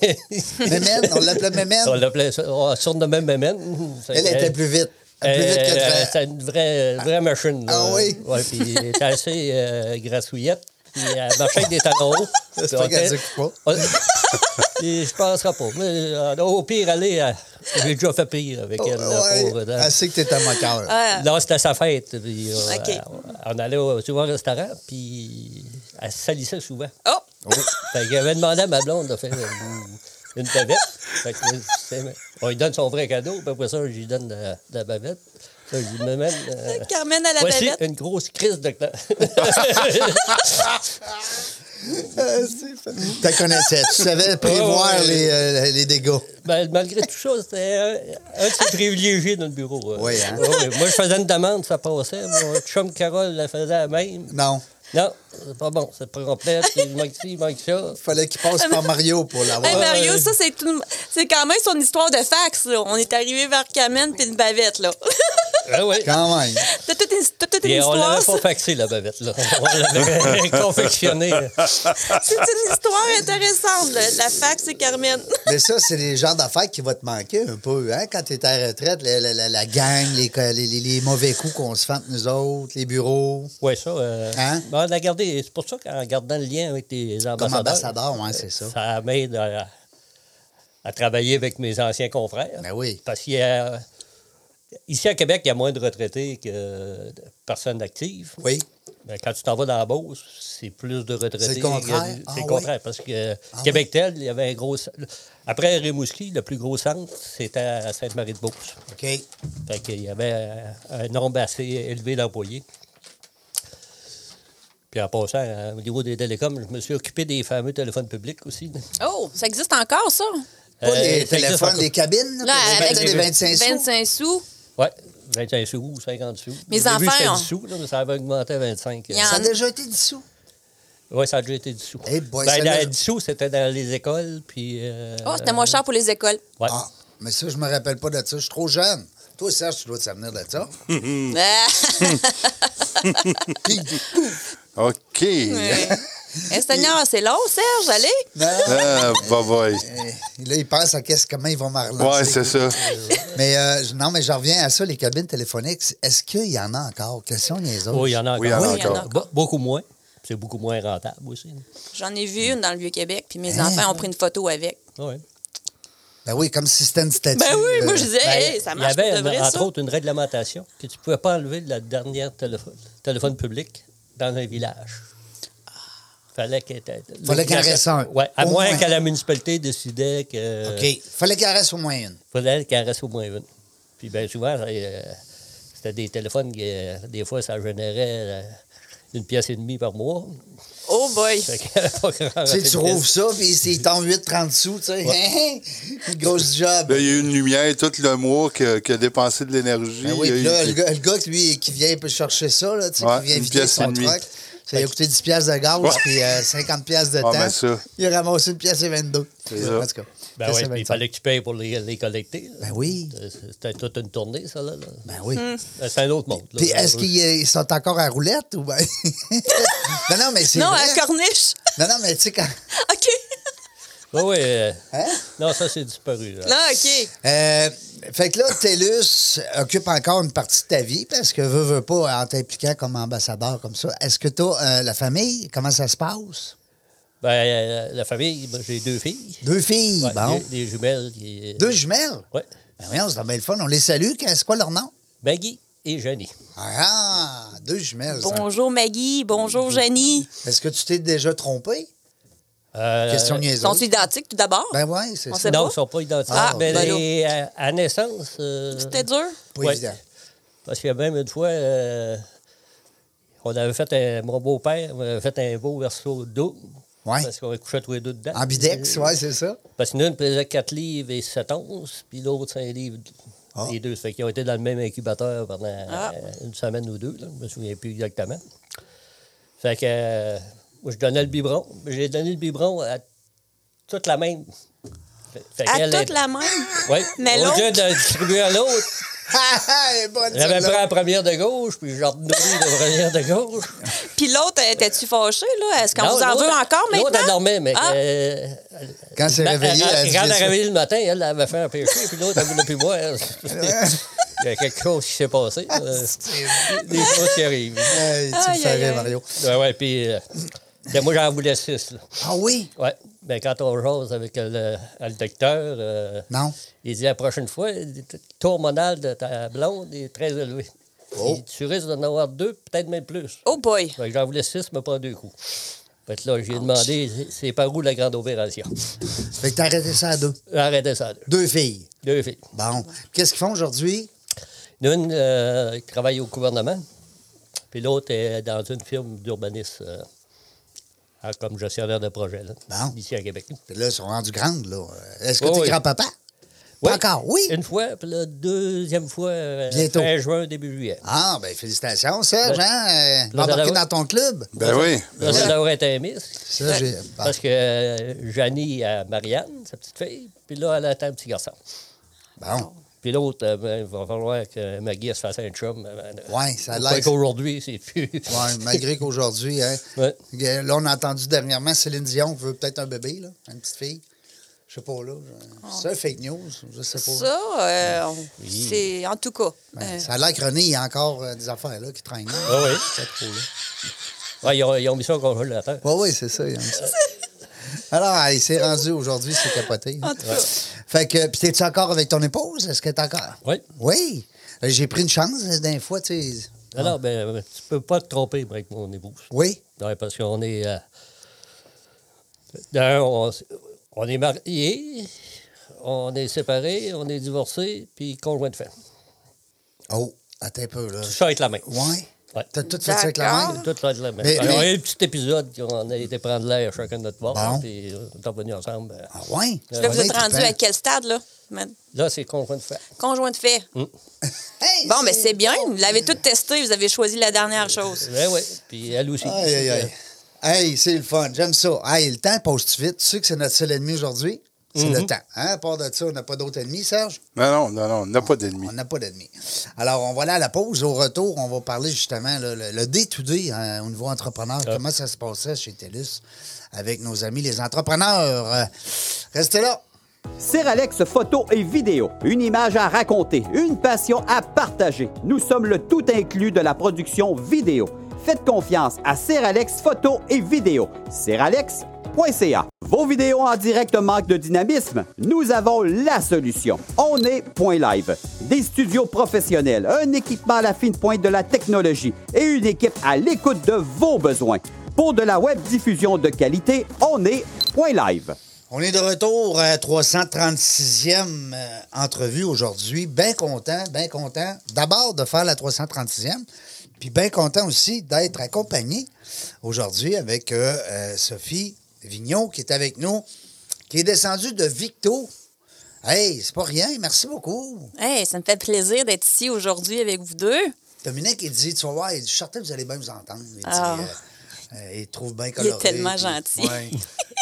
[SPEAKER 1] Mémène, on l'appelait
[SPEAKER 3] on
[SPEAKER 1] Mémène.
[SPEAKER 3] l'appelait, ça- on la surnommait Mémène.
[SPEAKER 1] Elle était plus vite. Plus vite que
[SPEAKER 3] Euh,
[SPEAKER 1] toi.
[SPEAKER 3] C'est une vraie, vraie machine. là.
[SPEAKER 1] Ah oui?
[SPEAKER 3] Ouais, puis elle était assez euh, grassouillette. Puis elle marchait avec des talons hauts.
[SPEAKER 1] C'est
[SPEAKER 3] Puis
[SPEAKER 1] pas
[SPEAKER 3] on
[SPEAKER 1] qu'elle
[SPEAKER 3] était-
[SPEAKER 1] dit que pas.
[SPEAKER 3] on- Puis je penserai pas. Mais, euh, au pire, aller, j'ai déjà fait pire avec elle. là,
[SPEAKER 1] Ouais,
[SPEAKER 3] pauvre dame.
[SPEAKER 1] elle sait que t'es un moqueur.
[SPEAKER 4] Ah,
[SPEAKER 3] Là, c'était sa fête. puis, euh,
[SPEAKER 4] OK.
[SPEAKER 3] On allait au- souvent au restaurant, puis elle se salissait souvent.
[SPEAKER 4] Oh!
[SPEAKER 3] Fait que j'avais demandé à ma blonde de faire une, une bavette. Fait que c'est- on lui donne son vrai cadeau, puis après ça, je lui donne de, la- de la bavette. Ça, je lui mets même, euh,
[SPEAKER 4] Ah, Carmen à la
[SPEAKER 3] Voici
[SPEAKER 4] bavette.
[SPEAKER 3] une grosse crise de cla-
[SPEAKER 1] T'as connaissais. Tu savais prévoir
[SPEAKER 3] Ouais, ouais.
[SPEAKER 1] les, euh, les dégâts.
[SPEAKER 3] Ben, malgré tout ça, c'était un, un de ces privilégiés dans le bureau. euh.
[SPEAKER 1] Oui, hein?
[SPEAKER 3] Ouais, moi, je faisais une demande, ça passait. Mon chum Carole la faisait la même.
[SPEAKER 1] Non.
[SPEAKER 3] Non, c'est pas bon, c'est pas complet. Il manque ci, il manque ça.
[SPEAKER 1] Fallait qu'il passe par Mario pour l'avoir.
[SPEAKER 4] Hey, Mario,
[SPEAKER 3] ouais.
[SPEAKER 4] ça, c'est tout. C'est quand même son histoire de fax, là. On est arrivé vers Carmen puis une bavette, là.
[SPEAKER 3] Ah oui.
[SPEAKER 1] Quand même.
[SPEAKER 4] C'est toute une, toute une
[SPEAKER 3] Et on
[SPEAKER 4] histoire.
[SPEAKER 3] l'avait
[SPEAKER 4] ça.
[SPEAKER 3] pas faxé, la bavette. Là. On l'avait confectionné.
[SPEAKER 4] C'est une histoire intéressante, là. La fax, c'est Carmen.
[SPEAKER 1] Mais ça, c'est les genres d'affaires qui vont te manquer un peu, hein? Quand t'es à la retraite, la, la- la- la gang, les, co- les, les- les mauvais coups qu'on se fente nous autres, les bureaux.
[SPEAKER 3] Oui, ça. euh,
[SPEAKER 1] Hein?
[SPEAKER 3] ben, on a gardé. C'est pour ça qu'en gardant le lien avec les ambassadeurs.
[SPEAKER 1] Comme ambassadeur, ouais, c'est ça.
[SPEAKER 3] Ça m'aide à, à travailler avec mes anciens confrères.
[SPEAKER 1] Ben oui.
[SPEAKER 3] Parce qu'il y a. Ici à Québec, il y a moins de retraités que de personnes actives.
[SPEAKER 1] Oui.
[SPEAKER 3] Mais quand tu t'en vas dans la Beauce, c'est plus de retraités.
[SPEAKER 1] C'est le contraire.
[SPEAKER 3] que- C'est
[SPEAKER 1] Ah
[SPEAKER 3] le
[SPEAKER 1] oui.
[SPEAKER 3] contraire. Parce que Québec tel, il y avait un gros. Après Rimouski, le plus gros centre, c'était à Sainte-Marie-de-Beauce.
[SPEAKER 1] OK.
[SPEAKER 3] Fait qu'il y avait euh, un nombre assez élevé d'employés. Puis en passant, euh, au niveau des télécoms, je me suis occupé des fameux téléphones publics aussi. Euh,
[SPEAKER 4] Oh, ça existe encore, ça?
[SPEAKER 1] Pas les
[SPEAKER 3] ça existe
[SPEAKER 1] téléphones,
[SPEAKER 3] encore.
[SPEAKER 1] les cabines, là,
[SPEAKER 4] Là,
[SPEAKER 1] pour
[SPEAKER 4] avec
[SPEAKER 1] les
[SPEAKER 4] les-
[SPEAKER 1] 25 sous.
[SPEAKER 4] 25 sous.
[SPEAKER 3] Oui, 25 sous ou 50 sous.
[SPEAKER 4] Mes
[SPEAKER 3] Au début,
[SPEAKER 4] enfants,
[SPEAKER 3] c'était
[SPEAKER 4] on-
[SPEAKER 3] 10 sous, là, mais ça avait augmenté à 25.
[SPEAKER 4] Il y en
[SPEAKER 1] Ça a déjà été dissous.
[SPEAKER 3] Oui, ça a déjà été 10 sous.
[SPEAKER 1] Eh boy,
[SPEAKER 3] Ben,
[SPEAKER 1] celle-là-
[SPEAKER 3] dans- 10 sous, c'était dans les écoles, puis... euh,
[SPEAKER 4] Oh, c'était moins cher pour les écoles.
[SPEAKER 3] ouais.
[SPEAKER 1] Ah, mais ça, je me rappelle pas de ça. Je suis trop jeune. Toi, Serge, tu dois te souvenir de ça.
[SPEAKER 4] Ah,
[SPEAKER 2] OK.
[SPEAKER 4] ouais. Eh, Seigneur, c'est long, Serge, allez.
[SPEAKER 1] Non.
[SPEAKER 2] Ah, bye bye.
[SPEAKER 1] Là, ils pensent à qu'est-ce, comment ils vont me relancer.
[SPEAKER 2] Ouais, c'est ça.
[SPEAKER 1] Mais euh, je- non, mais je reviens à ça, les cabines téléphoniques. Est-ce qu'il y en a encore? Question les autres.
[SPEAKER 3] Oui, il y en a encore.
[SPEAKER 2] Oui, il y en a
[SPEAKER 4] Oui, il y en a encore.
[SPEAKER 3] Be- Beaucoup moins. C'est beaucoup moins rentable aussi.
[SPEAKER 4] J'en ai vu une dans le Vieux-Québec, puis mes
[SPEAKER 1] Hein?
[SPEAKER 4] enfants ont pris une photo avec.
[SPEAKER 3] Ouais.
[SPEAKER 1] Ben oui, comme si c'était une statue.
[SPEAKER 4] Ben oui, moi, je
[SPEAKER 1] euh,
[SPEAKER 4] disais, hey, ça marche
[SPEAKER 3] Il y avait,
[SPEAKER 4] pour de vrai,
[SPEAKER 3] entre
[SPEAKER 4] ça.
[SPEAKER 3] autres, une réglementation que tu ne pouvais pas enlever la dernière téléphone, téléphone public dans un village.
[SPEAKER 4] Ah.
[SPEAKER 3] Fallait qu'elle était-
[SPEAKER 1] Fallait qu'il en reste un.
[SPEAKER 3] Ouais, à
[SPEAKER 1] Au
[SPEAKER 3] moins
[SPEAKER 1] moins.
[SPEAKER 3] que la municipalité décidait que
[SPEAKER 1] OK. Fallait qu'il en reste au moins une.
[SPEAKER 3] fallait qu'elle reste au moins une. Puis bien souvent, ça, euh, c'était des téléphones que euh, des fois ça générait euh, une pièce et demie par mois.
[SPEAKER 4] Oh boy.
[SPEAKER 3] Fait qu'il y avait pas grand
[SPEAKER 1] Tu sais, tu
[SPEAKER 3] rapidité.
[SPEAKER 1] rouvres ça, puis c'est- ils t'ont 8, 30 sous, tu sais. Hein? Grosse job.
[SPEAKER 2] Là, il y a eu une lumière tout le mois qui a, qui a dépensé de l'énergie.
[SPEAKER 1] Ben oui,
[SPEAKER 2] Il y a
[SPEAKER 1] puis là,
[SPEAKER 2] eu-
[SPEAKER 1] le gars, le gars, lui, qui vient chercher ça, là, tu sais,
[SPEAKER 2] Ouais,
[SPEAKER 1] qui vient
[SPEAKER 2] une
[SPEAKER 1] vider
[SPEAKER 2] pièce
[SPEAKER 1] son
[SPEAKER 2] et demie.
[SPEAKER 1] truck, Ça lui a coûté 10 piastres de gaz
[SPEAKER 2] Ouais.
[SPEAKER 1] puis euh, 50 piastres de
[SPEAKER 2] Ah,
[SPEAKER 1] temps.
[SPEAKER 2] ben ça.
[SPEAKER 1] Il a ramassé une pièce et 22.
[SPEAKER 2] C'est ça.
[SPEAKER 1] En tout cas,
[SPEAKER 3] Ben
[SPEAKER 1] pièce
[SPEAKER 3] oui,
[SPEAKER 1] et
[SPEAKER 3] puis il
[SPEAKER 1] 25.
[SPEAKER 3] fallait que tu payes pour les, les collecter. là. Euh,
[SPEAKER 1] Ben oui,
[SPEAKER 3] C'était toute une tournée, ça, là. là.
[SPEAKER 1] ben oui.
[SPEAKER 3] Ben, C'est un autre monde. là.
[SPEAKER 1] Puis est-ce qu'ils euh, ils sont encore à roulette ou ben... non, non, mais c'est
[SPEAKER 4] Non,
[SPEAKER 1] vrai.
[SPEAKER 4] à Corniche.
[SPEAKER 1] Non, non, mais tu sais, quand...
[SPEAKER 4] OK.
[SPEAKER 3] Oui, oui. euh,
[SPEAKER 1] Hein?
[SPEAKER 3] Non, ça, c'est disparu. là.
[SPEAKER 4] Là, OK.
[SPEAKER 1] Euh, fait que là, TELUS occupe encore une partie de ta vie parce que veux, veux pas, en t'impliquant comme ambassadeur comme ça. Est-ce que t'as euh, la famille? Comment ça se passe?
[SPEAKER 3] Ben, euh, la famille, ben, j'ai deux filles.
[SPEAKER 1] Deux filles,
[SPEAKER 3] Ouais,
[SPEAKER 1] bon.
[SPEAKER 3] des, des jumelles. qui- euh,
[SPEAKER 1] Deux jumelles?
[SPEAKER 3] Ouais.
[SPEAKER 1] Ben voyons, c'est bien le fun. On les salue. Qu'est- C'est quoi leur nom?
[SPEAKER 3] Maggie et Jenny.
[SPEAKER 1] Ah, ah, deux jumelles. ça.
[SPEAKER 4] Bonjour Maggie, bonjour Jenny.
[SPEAKER 1] Est-ce que tu t'es déjà trompé?
[SPEAKER 3] Euh,
[SPEAKER 1] Question
[SPEAKER 4] Ils
[SPEAKER 1] niaiseuse.
[SPEAKER 4] sont identiques tout d'abord?
[SPEAKER 1] Ben oui, c'est
[SPEAKER 4] On
[SPEAKER 1] ça.
[SPEAKER 4] sait
[SPEAKER 3] non,
[SPEAKER 4] pas?
[SPEAKER 3] ils ne sont pas identiques.
[SPEAKER 4] Ah,
[SPEAKER 3] mais
[SPEAKER 4] ben là.
[SPEAKER 3] les- à, à naissance. euh,
[SPEAKER 4] C'était dur?
[SPEAKER 1] Pas
[SPEAKER 3] ouais.
[SPEAKER 1] évident.
[SPEAKER 3] Parce qu'il y a même une fois, euh, on avait fait un, mon beau-père avait fait un beau verso d'eau.
[SPEAKER 1] Ouais.
[SPEAKER 3] Parce qu'on couchait tous les deux dedans. Euh,
[SPEAKER 1] Ambidex, oui, c'est ça.
[SPEAKER 3] Parce que l'une pesait 4 livres et 7 onces, puis l'autre 5 livres.
[SPEAKER 1] Ah.
[SPEAKER 3] Les deux. Fait qu'ils ont été dans le même incubateur pendant
[SPEAKER 4] Ah.
[SPEAKER 3] euh, une semaine ou deux. Là. Je me souviens plus exactement. Fait que euh, moi, je donnais le biberon. J'ai donné le biberon à toute la même. Fait- fait
[SPEAKER 4] À
[SPEAKER 3] qu'elle
[SPEAKER 4] toute
[SPEAKER 3] est-
[SPEAKER 4] la même?
[SPEAKER 3] Oui.
[SPEAKER 4] Mais
[SPEAKER 3] Au
[SPEAKER 4] l'autre-
[SPEAKER 3] lieu de le distribuer à l'autre,
[SPEAKER 1] Ah, ah, elle est bonne,
[SPEAKER 3] j'avais
[SPEAKER 1] celle-là.
[SPEAKER 3] pris la première de gauche, puis j'ai nourri la première de gauche.
[SPEAKER 4] Puis l'autre, étais-tu fâché, là? Est-ce qu'on
[SPEAKER 3] Non,
[SPEAKER 4] vous en
[SPEAKER 3] l'autre-
[SPEAKER 4] veut encore
[SPEAKER 3] L'autre, elle
[SPEAKER 4] maintenant?
[SPEAKER 3] dormait, mais
[SPEAKER 4] Ah.
[SPEAKER 3] euh,
[SPEAKER 1] Quand c'est
[SPEAKER 3] Ben,
[SPEAKER 1] réveillé,
[SPEAKER 3] elle-
[SPEAKER 1] elle
[SPEAKER 3] elle- Quand elle
[SPEAKER 1] dit
[SPEAKER 3] a
[SPEAKER 1] ça.
[SPEAKER 3] réveillé le matin, elle avait fait un péché, puis l'autre, elle voulait plus boire. Il y a quelque chose qui s'est passé. euh, Des choses qui arrivent.
[SPEAKER 1] Hey, tu me
[SPEAKER 4] Aïe,
[SPEAKER 1] fais
[SPEAKER 4] aïe,
[SPEAKER 1] rire,
[SPEAKER 4] aïe.
[SPEAKER 1] Mario.
[SPEAKER 3] Ouais, ouais, puis. euh, ben, moi, j'en voulais six, là.
[SPEAKER 1] Ah oui?
[SPEAKER 3] Ouais. Ben, quand on jase avec le, le docteur, euh,
[SPEAKER 1] Non.
[SPEAKER 3] il dit la prochaine fois, le taux hormonal de ta blonde est très élevé.
[SPEAKER 1] Oh.
[SPEAKER 3] Il dit, tu risques d'en avoir deux, peut-être même plus.
[SPEAKER 4] Oh boy!
[SPEAKER 3] Fait que j'en voulais six, mais pas deux coups. Fait que là, j'ai demandé, c'est- c'est par où la grande opération?
[SPEAKER 1] Fait que t'as arrêté ça à deux.
[SPEAKER 3] Arrêtez ça, à deux.
[SPEAKER 1] Deux filles.
[SPEAKER 3] Deux filles.
[SPEAKER 1] Bon. Qu'est-ce qu'ils font aujourd'hui?
[SPEAKER 3] L'une euh, travaille au gouvernement, puis l'autre est dans une firme d'urbanisme euh, ah, comme gestionnaire de projet, là,
[SPEAKER 1] Bon.
[SPEAKER 3] ici à Québec.
[SPEAKER 1] Puis là, ils sont rendus grandes, là. Est-ce que
[SPEAKER 3] Oh Oui,
[SPEAKER 1] t'es
[SPEAKER 3] oui.
[SPEAKER 1] grand-papa? Pas encore, oui.
[SPEAKER 3] Une fois, puis la deuxième fois, euh,
[SPEAKER 1] Bientôt.
[SPEAKER 3] fin juin, début juillet.
[SPEAKER 1] Ah, ben félicitations, Serge, hein? Euh,
[SPEAKER 3] là,
[SPEAKER 1] embarqué
[SPEAKER 3] là, là,
[SPEAKER 1] dans ton club.
[SPEAKER 2] Ben oui.
[SPEAKER 3] Là, ça devrait être un miss,
[SPEAKER 1] Ça, j'ai... Ah,
[SPEAKER 3] parce que euh, Janie a Marianne, sa petite fille, puis là, elle attend un petit garçon.
[SPEAKER 1] Bon.
[SPEAKER 3] Puis l'autre, euh, ben, il va falloir que Maggie elle se fasse un chum. euh, euh,
[SPEAKER 1] Ouais, ça a
[SPEAKER 3] Fait
[SPEAKER 1] l'air...
[SPEAKER 3] qu'aujourd'hui, c'est plus...
[SPEAKER 1] Ouais, malgré qu'aujourd'hui, hein,
[SPEAKER 3] Ouais.
[SPEAKER 1] là, on a entendu dernièrement Céline Dion veut peut-être un bébé, là, une petite fille. Je sais pas, là. C'est un fake news, je sais pas.
[SPEAKER 4] Oh. Ça, euh, on- c'est en tout cas.
[SPEAKER 1] Ouais,
[SPEAKER 4] euh,
[SPEAKER 1] Ben, Ça a l'air que René, il y a encore euh, des affaires, là, qui traînent.
[SPEAKER 3] Ah oui. Ouais, ils, ont, ils ont mis ça au congélateur.
[SPEAKER 1] Oui, oui, c'est ça, il aime ça. Alors, il s'est rendu aujourd'hui, c'est capoté.
[SPEAKER 4] en tout cas.
[SPEAKER 1] Fait que, puis t'es-tu encore avec ton épouse? Est-ce que t'es encore?
[SPEAKER 3] Oui.
[SPEAKER 1] Oui. Euh, J'ai pris une chance euh, d'un fois, tu sais.
[SPEAKER 3] Alors, ben, tu peux pas te tromper moi, avec mon épouse.
[SPEAKER 1] Oui.
[SPEAKER 3] Ouais, parce qu'on est. euh, d'un, on, on est mariés, on est séparés, on est divorcés, puis conjoint de fait.
[SPEAKER 1] Oh, attends un peu, là.
[SPEAKER 3] Tout ça avec la main.
[SPEAKER 1] Ouais.
[SPEAKER 3] Ouais.
[SPEAKER 1] T'as tout fait ça avec la
[SPEAKER 4] D'accord.
[SPEAKER 1] main?
[SPEAKER 3] Tout ça avec la main.
[SPEAKER 1] Ah. Mais-
[SPEAKER 3] Alors, Il y
[SPEAKER 1] mais-
[SPEAKER 3] a eu un petit épisode qu'on a été prendre l'air chacun de notre bord,
[SPEAKER 1] Bon.
[SPEAKER 3] puis euh, on est revenus ensemble. euh.
[SPEAKER 1] Ah, ouais.
[SPEAKER 4] Là, vous
[SPEAKER 1] Ouais,
[SPEAKER 4] êtes
[SPEAKER 1] tu
[SPEAKER 4] rendu
[SPEAKER 1] peux-
[SPEAKER 4] à quel stade, là? Man-
[SPEAKER 3] Là, c'est conjoint de fait.
[SPEAKER 4] Conjoint de fait.
[SPEAKER 1] Hey,
[SPEAKER 4] Bon, mais c'est bien. Vous l'avez tout testé. Vous avez choisi la dernière chose.
[SPEAKER 3] Ben oui, puis elle aussi. euh,
[SPEAKER 1] Aïe, aïe, aïe. Hey, c'est le fun. J'aime ça. Hey, le temps passe-tu vite? Tu sais que c'est notre seul ennemi aujourd'hui? C'est le temps. Hein? À part de ça, on n'a pas d'autre ennemi, Serge?
[SPEAKER 2] Non, non, non, non, on n'a pas d'ennemis.
[SPEAKER 1] On n'a pas d'ennemis. Alors, on va aller à la pause. Au retour, on va parler justement là, le le day-to-day hein, au niveau entrepreneur. Comment ça se passait chez TELUS avec nos amis les entrepreneurs. Euh, Restez là.
[SPEAKER 5] Alex photo et vidéo. Une image à raconter, une passion à partager. Nous sommes le tout inclus de la production vidéo. Faites confiance à Alex photo et vidéo. Seralex.ca. Vos vidéos en direct manquent de dynamisme? Nous avons la solution. On est Point Live. Des studios professionnels, un équipement à la fine pointe de la technologie et une équipe à l'écoute de vos besoins. Pour de la web diffusion de qualité, on est Point Live.
[SPEAKER 1] On est de retour à 336e euh, entrevue aujourd'hui. Bien content, bien content d'abord de faire la 336e, puis bien content aussi d'être accompagné aujourd'hui avec euh, euh, Sophie Vignon qui est avec nous, qui est descendue de Victo. Hey, c'est pas rien, merci beaucoup.
[SPEAKER 4] Hey, ça me fait plaisir d'être ici aujourd'hui avec vous deux.
[SPEAKER 1] Dominique, il dit, tu vas voir, il dit, je suis certain que vous allez bien vous entendre. Il dit,
[SPEAKER 4] Ah.
[SPEAKER 1] euh, Euh, il te trouve bien
[SPEAKER 4] Il est
[SPEAKER 1] coloré.
[SPEAKER 4] tellement
[SPEAKER 1] puis-
[SPEAKER 4] gentil.
[SPEAKER 1] Ouais.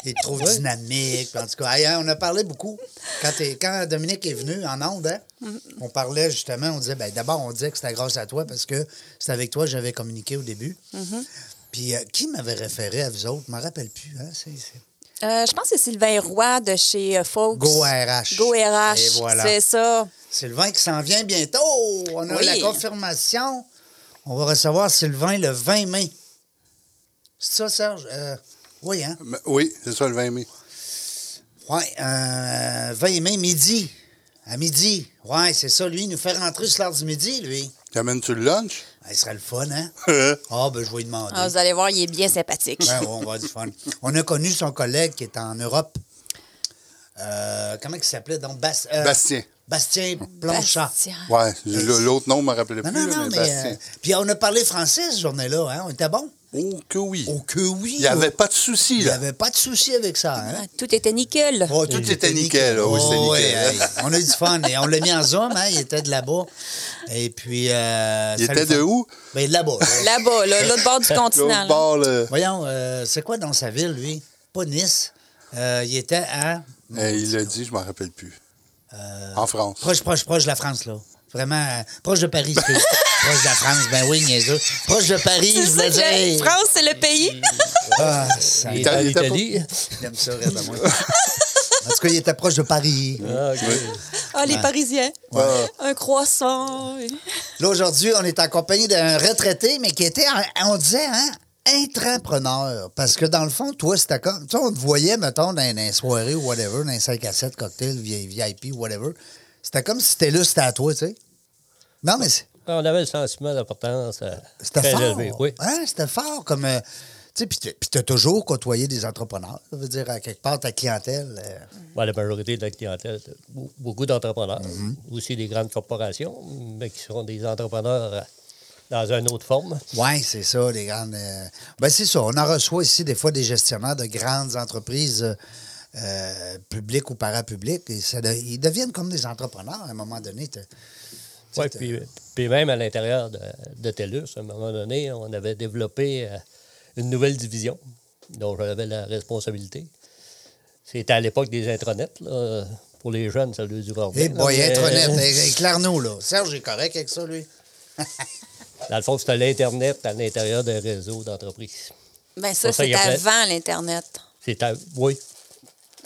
[SPEAKER 1] Il te trouve dynamique. puis En tout cas, hey, hein, on a parlé beaucoup. Quand, t'es- quand Dominique est venu en onde, hein,
[SPEAKER 4] Mm-hmm.
[SPEAKER 1] on parlait justement, on disait, ben, d'abord, on disait que c'était grâce à toi parce que c'est avec toi que j'avais communiqué au début.
[SPEAKER 4] Mm-hmm.
[SPEAKER 1] Puis euh, qui m'avait référé à vous autres? Je m'en rappelle plus. Hein? c'est- c'est-
[SPEAKER 4] Euh, je pense que c'est Sylvain Roy de chez euh, Fox.
[SPEAKER 1] Go RH.
[SPEAKER 4] Go RH.
[SPEAKER 1] Et voilà.
[SPEAKER 4] C'est ça.
[SPEAKER 1] Sylvain qui s'en vient bientôt. On a
[SPEAKER 4] Oui.
[SPEAKER 1] la confirmation. On va recevoir Sylvain le 20 mai. C'est ça, Serge? Euh, oui, hein?
[SPEAKER 2] Mais- Ben, Oui, c'est ça le 20 mai.
[SPEAKER 1] Oui, euh, 20 mai, midi. À midi. Oui, c'est ça, lui, il nous fait rentrer sur l'heure du midi, lui.
[SPEAKER 2] Tu amènes-tu le lunch?
[SPEAKER 1] Ah, Il serait le fun, hein? Ah, ben, je vais lui demander. Ben,
[SPEAKER 4] Ah, vous allez voir, il est bien sympathique.
[SPEAKER 1] Ouais, ouais, on va avoir du fun. On a connu son collègue qui est en Europe. Euh, comment il s'appelait? Donc, Bas- euh,
[SPEAKER 2] Bastien.
[SPEAKER 1] Bastien Blanchard.
[SPEAKER 4] Bastien.
[SPEAKER 2] Ouais, le- l'autre nom, je ne me rappelais
[SPEAKER 1] Non,
[SPEAKER 2] plus,
[SPEAKER 1] non,
[SPEAKER 2] là,
[SPEAKER 1] non, mais.
[SPEAKER 2] mais Bastien.
[SPEAKER 1] euh, puis on a parlé français cette journée-là, hein? On était bon?
[SPEAKER 2] Oh, que oui.
[SPEAKER 1] Oh que oui!
[SPEAKER 2] Il n'y avait pas de souci,
[SPEAKER 1] Il n'y
[SPEAKER 2] là.
[SPEAKER 1] avait pas de souci avec ça, hein?
[SPEAKER 4] Ah, Tout était nickel.
[SPEAKER 1] Oh,
[SPEAKER 2] Tout était nickel, là. Oui, c'était
[SPEAKER 1] Oh, ouais,
[SPEAKER 2] nickel, hein.
[SPEAKER 1] hey, on a eu du fun. Et on l'a mis en zoom, hein, il était de là-bas. Et puis. euh,
[SPEAKER 2] Il
[SPEAKER 1] ça le
[SPEAKER 2] était de
[SPEAKER 1] fun.
[SPEAKER 2] où?
[SPEAKER 1] Ben, de là-bas. là.
[SPEAKER 4] Là-bas, là, l'autre bord du continent.
[SPEAKER 2] L'autre
[SPEAKER 4] là.
[SPEAKER 2] bord, là.
[SPEAKER 1] Voyons, euh, c'est quoi dans sa ville, lui? Pas Nice. Euh, il était à.
[SPEAKER 2] Eh, il l'a dit, je ne m'en rappelle plus.
[SPEAKER 1] Euh,
[SPEAKER 2] En France.
[SPEAKER 1] Proche, proche, proche de la France, là. Vraiment, euh, proche de Paris, excuse. proche de la France, ben oui, niaiseux. Proche de Paris,
[SPEAKER 4] C'est
[SPEAKER 1] je
[SPEAKER 4] ça
[SPEAKER 1] voulais
[SPEAKER 4] que la
[SPEAKER 1] dire.
[SPEAKER 4] France, c'est le pays.
[SPEAKER 1] Ah, ça
[SPEAKER 3] Il est
[SPEAKER 2] Italie,
[SPEAKER 3] en
[SPEAKER 2] t'as pas-
[SPEAKER 3] Italie.
[SPEAKER 1] j'aime ça, reste à moi. En tout cas, il était proche de Paris.
[SPEAKER 3] Ah, ok.
[SPEAKER 4] Ah, les Parisiens.
[SPEAKER 2] Ouais.
[SPEAKER 4] Un croissant.
[SPEAKER 1] Là, aujourd'hui, on est en compagnie d'un retraité, mais qui était, en- on disait, hein, intrapreneur. Parce que dans le fond, toi, c'était comme. Tu sais, on te voyait, mettons, dans une soirée ou whatever, dans un 5 à 7 cocktail, vi- VIP, whatever. C'était comme si t'étais là, c'était à toi, tu sais. Non, mais c'est-
[SPEAKER 3] Ah, On avait le sentiment d'importance. euh,
[SPEAKER 1] c'était
[SPEAKER 3] très
[SPEAKER 1] fort.
[SPEAKER 3] élevé, oui.
[SPEAKER 1] Hein, c'était fort comme. euh, tu sais, puis t'as- puis t'as toujours côtoyé des entrepreneurs. Ça veut dire, à quelque part, ta clientèle. euh,
[SPEAKER 3] Bon, la majorité de la clientèle, c'est be- beaucoup d'entrepreneurs,
[SPEAKER 1] Mm-hmm.
[SPEAKER 3] aussi des grandes corporations, mais qui seront des entrepreneurs euh, dans une autre forme.
[SPEAKER 1] Oui, c'est ça, les grandes. euh, Ben, c'est ça. On en reçoit ici des fois des gestionnaires de grandes entreprises euh, euh, publiques ou parapubliques. Et ça de- ils deviennent comme des entrepreneurs à un moment donné. t'as-
[SPEAKER 3] Ouais,
[SPEAKER 1] t'as-
[SPEAKER 3] puis, puis même à l'intérieur de, de TELUS, à un moment donné, on avait développé euh, une nouvelle division dont j'avais la responsabilité. C'était à l'époque des intranets. là. Pour les jeunes, ça lui du voir
[SPEAKER 1] Eh
[SPEAKER 3] bien,
[SPEAKER 1] boy,
[SPEAKER 3] là, mais-
[SPEAKER 1] être honnête, eh, éclaire-nous, là. Serge est correct avec ça, lui. eh.
[SPEAKER 3] Dans le fond, c'était l'Internet à l'intérieur d'un réseau d'entreprises.
[SPEAKER 4] Ben ça,
[SPEAKER 3] Pour ça, il
[SPEAKER 4] c'est
[SPEAKER 3] y a plein-
[SPEAKER 4] avant l'Internet.
[SPEAKER 3] C'était, oui,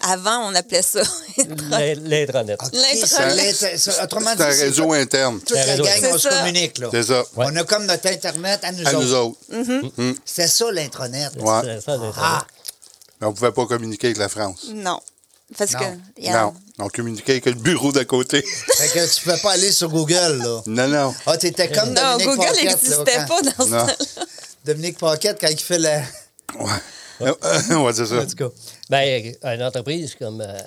[SPEAKER 4] Avant, on appelait ça.
[SPEAKER 3] l'in- l'intranet.
[SPEAKER 1] OK,
[SPEAKER 4] L'intranet.
[SPEAKER 1] ça, l'inter- ça, Autrement dit,
[SPEAKER 2] C'est un
[SPEAKER 1] c'est
[SPEAKER 2] réseau interne.
[SPEAKER 1] Toute la
[SPEAKER 3] réseau.
[SPEAKER 1] gang, on
[SPEAKER 4] C'est
[SPEAKER 1] se
[SPEAKER 4] ça.
[SPEAKER 1] communique, là.
[SPEAKER 2] C'est ça.
[SPEAKER 1] On a comme notre Internet à nous
[SPEAKER 2] À nous
[SPEAKER 1] autres.
[SPEAKER 2] autres.
[SPEAKER 1] C'est ça, l'Intranet.
[SPEAKER 2] Ouais.
[SPEAKER 3] C'était ça, l'Intranet.
[SPEAKER 1] Ah,
[SPEAKER 2] Mais on ne pouvait pas communiquer avec la France.
[SPEAKER 4] Non. Parce
[SPEAKER 1] Non.
[SPEAKER 4] que. y a-
[SPEAKER 2] Non. On communiquait avec le bureau d'à côté.
[SPEAKER 1] fait que tu peux pas aller sur Google, là.
[SPEAKER 2] non, non.
[SPEAKER 1] Ah, t'étais comme
[SPEAKER 4] Non,
[SPEAKER 1] Dominique
[SPEAKER 4] Google
[SPEAKER 1] Paquette, là,
[SPEAKER 4] n'existait
[SPEAKER 1] quand-
[SPEAKER 4] pas dans ce
[SPEAKER 2] Non.
[SPEAKER 4] temps-là.
[SPEAKER 1] Dominique Paquette, quand il fait la...
[SPEAKER 2] Ouais. on va dire ça.
[SPEAKER 1] En tout cas.
[SPEAKER 3] Ben, une entreprise comme euh,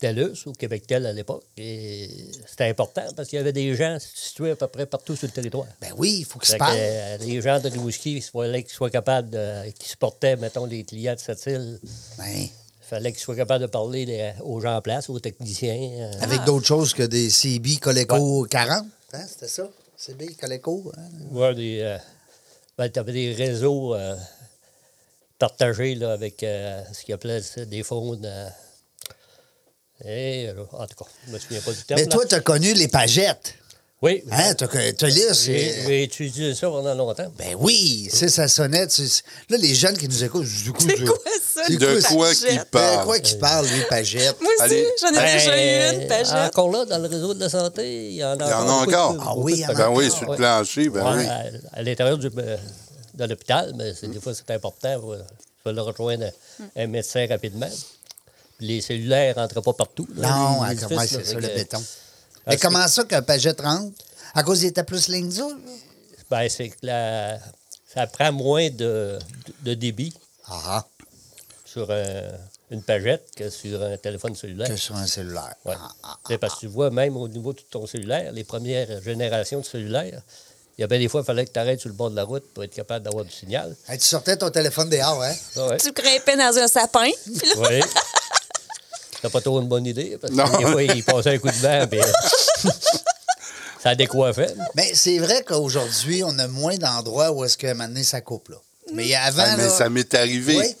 [SPEAKER 3] TELUS ou Québec Tel à l'époque, et c'était important parce qu'il y avait des gens situés à peu près partout sur le territoire.
[SPEAKER 1] Ben oui, il faut qu'il se
[SPEAKER 3] Fait
[SPEAKER 1] parle.
[SPEAKER 3] que, euh, les gens de Rimouski, il fallait qu'ils soient capables, de, qui supportaient, mettons, les clients de cette île,
[SPEAKER 1] Ben,
[SPEAKER 3] il fallait qu'ils soient capables de parler des- aux gens en place, aux techniciens. euh,
[SPEAKER 1] avec d'autres choses que des CB Coleco 40. Hein, c'était ça? CB Coleco. hein?
[SPEAKER 3] ouais, des, euh, ben, t'avais des réseaux euh, partagés là, avec euh, ce qu'ils appelaient ça, des fonds. euh, et, euh, en tout cas, je me souviens pas du terme.
[SPEAKER 1] Mais
[SPEAKER 3] là.
[SPEAKER 1] toi, t'as connu les pagettes.
[SPEAKER 3] oui,
[SPEAKER 1] Hein? T'as, con- t'as lu,
[SPEAKER 3] Ben, J'ai
[SPEAKER 1] c'est...
[SPEAKER 3] j'ai étudié ça pendant longtemps.
[SPEAKER 1] Ben oui, c'est ça sonnait. tu sais. Là, les jeunes qui nous écoutent, du coup,
[SPEAKER 4] C'est
[SPEAKER 1] je-
[SPEAKER 4] quoi ça?
[SPEAKER 1] C'est
[SPEAKER 4] une
[SPEAKER 2] De quoi
[SPEAKER 4] pagette?
[SPEAKER 2] qu'il
[SPEAKER 1] Ben,
[SPEAKER 2] parle?
[SPEAKER 1] quoi qu'ils parlent, les pagettes?
[SPEAKER 4] Moi aussi,
[SPEAKER 2] Allez.
[SPEAKER 4] j'en ai déjà eu
[SPEAKER 3] Euh,
[SPEAKER 4] une pagette.
[SPEAKER 3] Encore là, dans le réseau de la santé, il y en a
[SPEAKER 2] Il y en a
[SPEAKER 3] beaucoup de-
[SPEAKER 2] encore.
[SPEAKER 3] beaucoup
[SPEAKER 1] Ah
[SPEAKER 3] de
[SPEAKER 1] oui, il y en a
[SPEAKER 3] personnes.
[SPEAKER 2] Ben oui,
[SPEAKER 1] encore,
[SPEAKER 2] sur le plancher, ben
[SPEAKER 3] Ouais,
[SPEAKER 2] oui.
[SPEAKER 3] à, à l'intérieur du, euh, de l'hôpital, mais c'est-
[SPEAKER 1] Mm.
[SPEAKER 3] des fois, c'est important. Il faut le rejoindre un, un médecin rapidement. Puis les cellulaires ne rentrent pas partout. là,
[SPEAKER 1] Non,
[SPEAKER 3] les
[SPEAKER 1] ah,
[SPEAKER 3] édifices,
[SPEAKER 1] comment
[SPEAKER 3] là,
[SPEAKER 1] c'est ça,
[SPEAKER 3] fait
[SPEAKER 1] le
[SPEAKER 3] que-
[SPEAKER 1] béton.
[SPEAKER 3] Ah,
[SPEAKER 1] Mais
[SPEAKER 3] c'est-
[SPEAKER 1] comment ça qu'un pagette rentre? À cause des était plus ligne dure?
[SPEAKER 3] Ben, c'est que la- ça prend moins de, de débit
[SPEAKER 1] Ah,
[SPEAKER 3] sur euh, une pagette que sur un téléphone cellulaire.
[SPEAKER 1] que sur un cellulaire.
[SPEAKER 3] Ben. Ouais.
[SPEAKER 1] Ah, ah.
[SPEAKER 3] C'est parce que tu vois, même au niveau de ton cellulaire, les premières générations de cellulaires, il y avait des fois, il fallait que tu arrêtes sur le bord de la route pour être capable d'avoir du signal.
[SPEAKER 1] Hey, tu sortais ton téléphone dehors, hein?
[SPEAKER 3] Ah ouais.
[SPEAKER 4] Tu grimpais dans un sapin. puis là,
[SPEAKER 3] Oui. C'était pas trop une bonne idée, parce que
[SPEAKER 2] Non.
[SPEAKER 3] des fois, il passait un coup de vent, puis euh, ça décoiffait.
[SPEAKER 1] Mais c'est vrai qu'aujourd'hui, on a moins d'endroits où est-ce que maintenant ça coupe. Là.
[SPEAKER 3] Mm.
[SPEAKER 1] Mais avant,
[SPEAKER 2] Ah, mais
[SPEAKER 1] Ben là,
[SPEAKER 2] ça m'est arrivé.
[SPEAKER 1] Oui.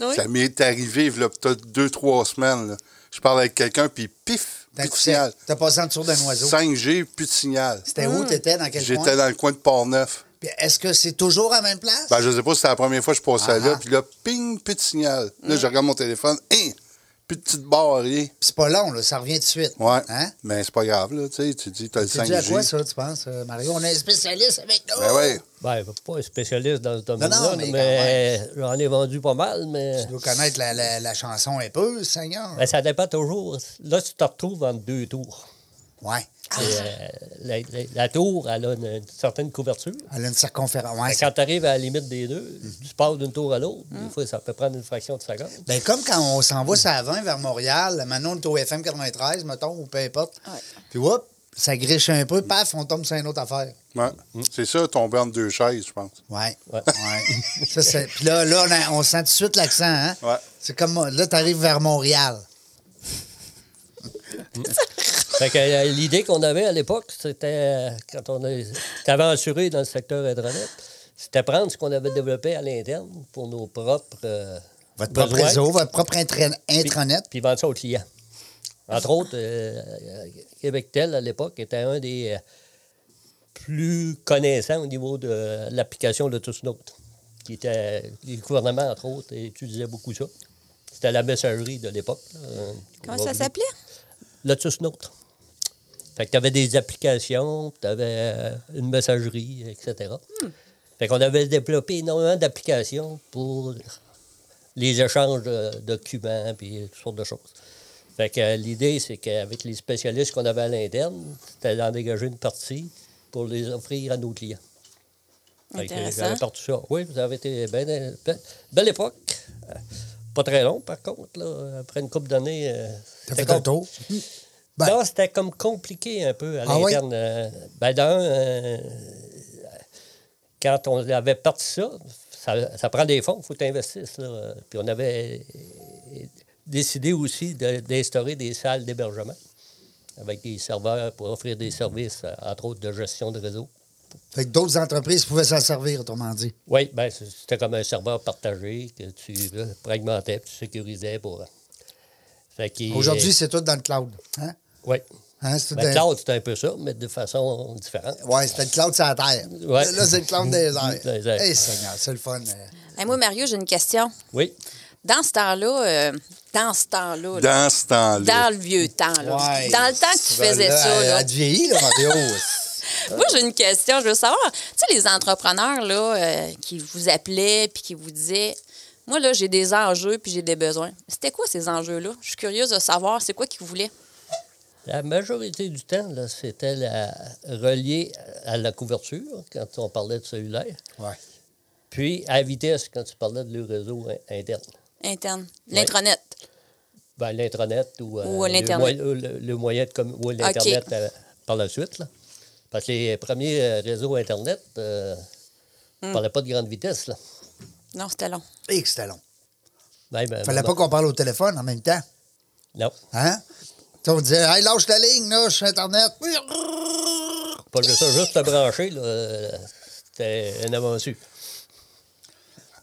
[SPEAKER 4] Oui.
[SPEAKER 2] Ça m'est arrivé, il y a peut-être deux, trois semaines. là. Je parle avec quelqu'un, puis pif,
[SPEAKER 1] d'un
[SPEAKER 2] plus de
[SPEAKER 1] coup sec,
[SPEAKER 2] signal.
[SPEAKER 1] t'as passé en dessous d'un oiseau.
[SPEAKER 2] 5G, plus de signal.
[SPEAKER 1] C'était où t'étais, dans quel
[SPEAKER 2] J'étais
[SPEAKER 1] coin?
[SPEAKER 2] dans le coin de Port-Neuf.
[SPEAKER 1] Puis Est-ce que c'est toujours à la même place?
[SPEAKER 2] Ben, je sais pas si c'était la première fois que je passais
[SPEAKER 1] Ah.
[SPEAKER 2] là, puis là, ping, plus de signal. Là, je regarde mon téléphone, hein, plus de petite barre, rien.
[SPEAKER 1] C'est pas long, là, ça revient tout de suite.
[SPEAKER 2] Ouais.
[SPEAKER 1] Hein?
[SPEAKER 2] Mais c'est pas grave, là, tu sais, tu dis, t'as le
[SPEAKER 1] C'est dû à
[SPEAKER 2] 5G.
[SPEAKER 1] quoi, ça, tu penses, euh, Mario? On est un spécialiste avec nous.
[SPEAKER 2] Ben ouais.
[SPEAKER 3] Ben, pas un spécialiste dans ce domaine-là,
[SPEAKER 1] non, mais
[SPEAKER 3] mais,
[SPEAKER 1] quand même.
[SPEAKER 3] j'en ai vendu pas mal, mais
[SPEAKER 1] Tu dois connaître la, la- la chanson un peu, Seigneur.
[SPEAKER 3] ben, ça dépend toujours. Là, tu te retrouves entre deux tours.
[SPEAKER 1] Ouais.
[SPEAKER 3] Et, euh, la, la- la tour, elle a une, une certaine couverture.
[SPEAKER 1] Elle a une circonférence.
[SPEAKER 3] Ben,
[SPEAKER 1] Ouais, Ah, c'est- Mhm.
[SPEAKER 3] Quand tu arrives à la limite des deux, tu passes d'une tour à l'autre. Des fois, ça peut prendre une fraction de seconde.
[SPEAKER 1] Ben, comme quand on s'en va sur la 20 vers Montréal, maintenant on est au FM 93, mettons, ou peu importe.
[SPEAKER 4] Ouais.
[SPEAKER 1] Puis, hop, ça griche un peu, paf, on tombe sur une autre affaire.
[SPEAKER 2] Ouais. C'est ça, tomber entre deux chaises, je pense.
[SPEAKER 1] Ouais.
[SPEAKER 3] Ouais.
[SPEAKER 1] ouais. Ça, c'est- Puis là, là, on, a- on sent tout de suite l'accent, hein?
[SPEAKER 2] Ouais.
[SPEAKER 1] C'est comme, là, t'arrives vers Montréal.
[SPEAKER 3] Fait que euh, l'idée qu'on avait à l'époque, c'était euh, quand on avait assuré dans le secteur Hydronet, c'était prendre ce qu'on avait développé à l'interne pour nos propres. euh,
[SPEAKER 1] Votre propre
[SPEAKER 3] besoins,
[SPEAKER 1] réseau, votre propre intra- intranet.
[SPEAKER 3] Puis vendre ça aux clients. Entre autres, euh, euh, Québec Tel, à l'époque, était un des euh, plus connaissants au niveau de euh, l'application de tous nôtres. Qui était, les gouvernements, entre autres, utilisaient beaucoup ça. C'était la messagerie de l'époque. là. Euh,
[SPEAKER 4] Comment ça
[SPEAKER 3] aujourd'hui.
[SPEAKER 4] s'appelait?
[SPEAKER 3] Lotus Note. Fait que tu avais des applications, tu avais une messagerie, etc. Fait qu'on avait développé énormément d'applications pour les échanges de documents puis toutes sortes de choses. Fait que euh, l'idée, c'est qu'avec les spécialistes qu'on avait à l'interne, c'était d'en dégager une partie pour les offrir à nos clients. Fait que
[SPEAKER 4] Intéressant.
[SPEAKER 3] j'avais parti ça. Oui, vous avez été bien. bien- belle époque. Euh, Pas très long, par contre. Là. Après une couple d'années. euh,
[SPEAKER 1] T'as
[SPEAKER 3] c'était
[SPEAKER 1] fait un
[SPEAKER 3] com-
[SPEAKER 1] tour? Ben-
[SPEAKER 3] non, c'était comme compliqué un peu à
[SPEAKER 1] Ah oui?
[SPEAKER 3] l'interne. Euh, ben, d'un, euh, quand on avait parti ça, ça, ça prend des fonds, il faut investir. Puis on avait euh, décidé aussi de- d'instaurer des salles d'hébergement avec des serveurs pour offrir des services, euh, entre autres de gestion de réseau.
[SPEAKER 1] Fait que d'autres entreprises pouvaient s'en servir, autrement dit.
[SPEAKER 3] Oui, ben, c- c'était comme un serveur partagé que tu euh, fragmentais, puis tu sécurisais pour. euh, Fait qu'il-
[SPEAKER 1] Aujourd'hui, c'est tout dans le cloud. Hein?
[SPEAKER 3] oui.
[SPEAKER 1] Hein, c'est tout
[SPEAKER 3] Ben,
[SPEAKER 1] dans-
[SPEAKER 3] cloud, c'était un peu ça, mais de façon différente.
[SPEAKER 1] Ouais, c'était le cloud sur la terre.
[SPEAKER 3] Ouais.
[SPEAKER 1] Là, c'est le cloud des
[SPEAKER 3] Des
[SPEAKER 1] airs.
[SPEAKER 3] airs.
[SPEAKER 1] Eh, Seigneur, c'est le fun. euh.
[SPEAKER 4] Hey, moi, Mario, j'ai une question.
[SPEAKER 3] Oui.
[SPEAKER 4] Dans ce temps-là, euh, dans ce temps-là, là,
[SPEAKER 2] Dans ce temps-là.
[SPEAKER 4] dans le vieux temps, là,
[SPEAKER 1] Ouais.
[SPEAKER 4] dans le temps que tu
[SPEAKER 1] Ben,
[SPEAKER 4] faisais
[SPEAKER 1] là,
[SPEAKER 4] ça,
[SPEAKER 1] elle-
[SPEAKER 4] là,
[SPEAKER 1] Elle te vieillit, là, Mario.
[SPEAKER 4] Moi, j'ai une question. Je veux savoir, tu sais, les entrepreneurs là, euh, qui vous appelaient puis qui vous disaient Moi, là, j'ai des enjeux puis j'ai des besoins. C'était quoi ces enjeux-là? Je suis curieuse de savoir, c'est quoi qu'ils voulaient?
[SPEAKER 3] La majorité du temps, là, c'était la- relié à la couverture quand on parlait de cellulaire,
[SPEAKER 1] ouais.
[SPEAKER 3] puis à la vitesse quand tu parlais de le réseau in- interne.
[SPEAKER 4] Interne.
[SPEAKER 3] Ouais.
[SPEAKER 4] L'intranet.
[SPEAKER 3] Ben, l'intranet ou, euh,
[SPEAKER 4] Ou à
[SPEAKER 3] le
[SPEAKER 4] l'Internet.
[SPEAKER 3] moy- le, le moyen de commu- ou l'internet euh, par la suite. là. Parce que les premiers euh, réseaux internet euh,
[SPEAKER 4] Hmm.
[SPEAKER 3] ne parlaient pas de grande vitesse. Là.
[SPEAKER 4] Non, c'était long.
[SPEAKER 1] Et que c'était long.
[SPEAKER 3] Même, euh,
[SPEAKER 1] Fallait
[SPEAKER 3] même-
[SPEAKER 1] pas qu'on parle au téléphone en même temps.
[SPEAKER 3] Non,
[SPEAKER 1] Hein? Tu sais, on disait, hey, lâche la ligne, là, je suis Internet.
[SPEAKER 3] pas juste ça, juste te brancher. là, euh, C'était un aventure.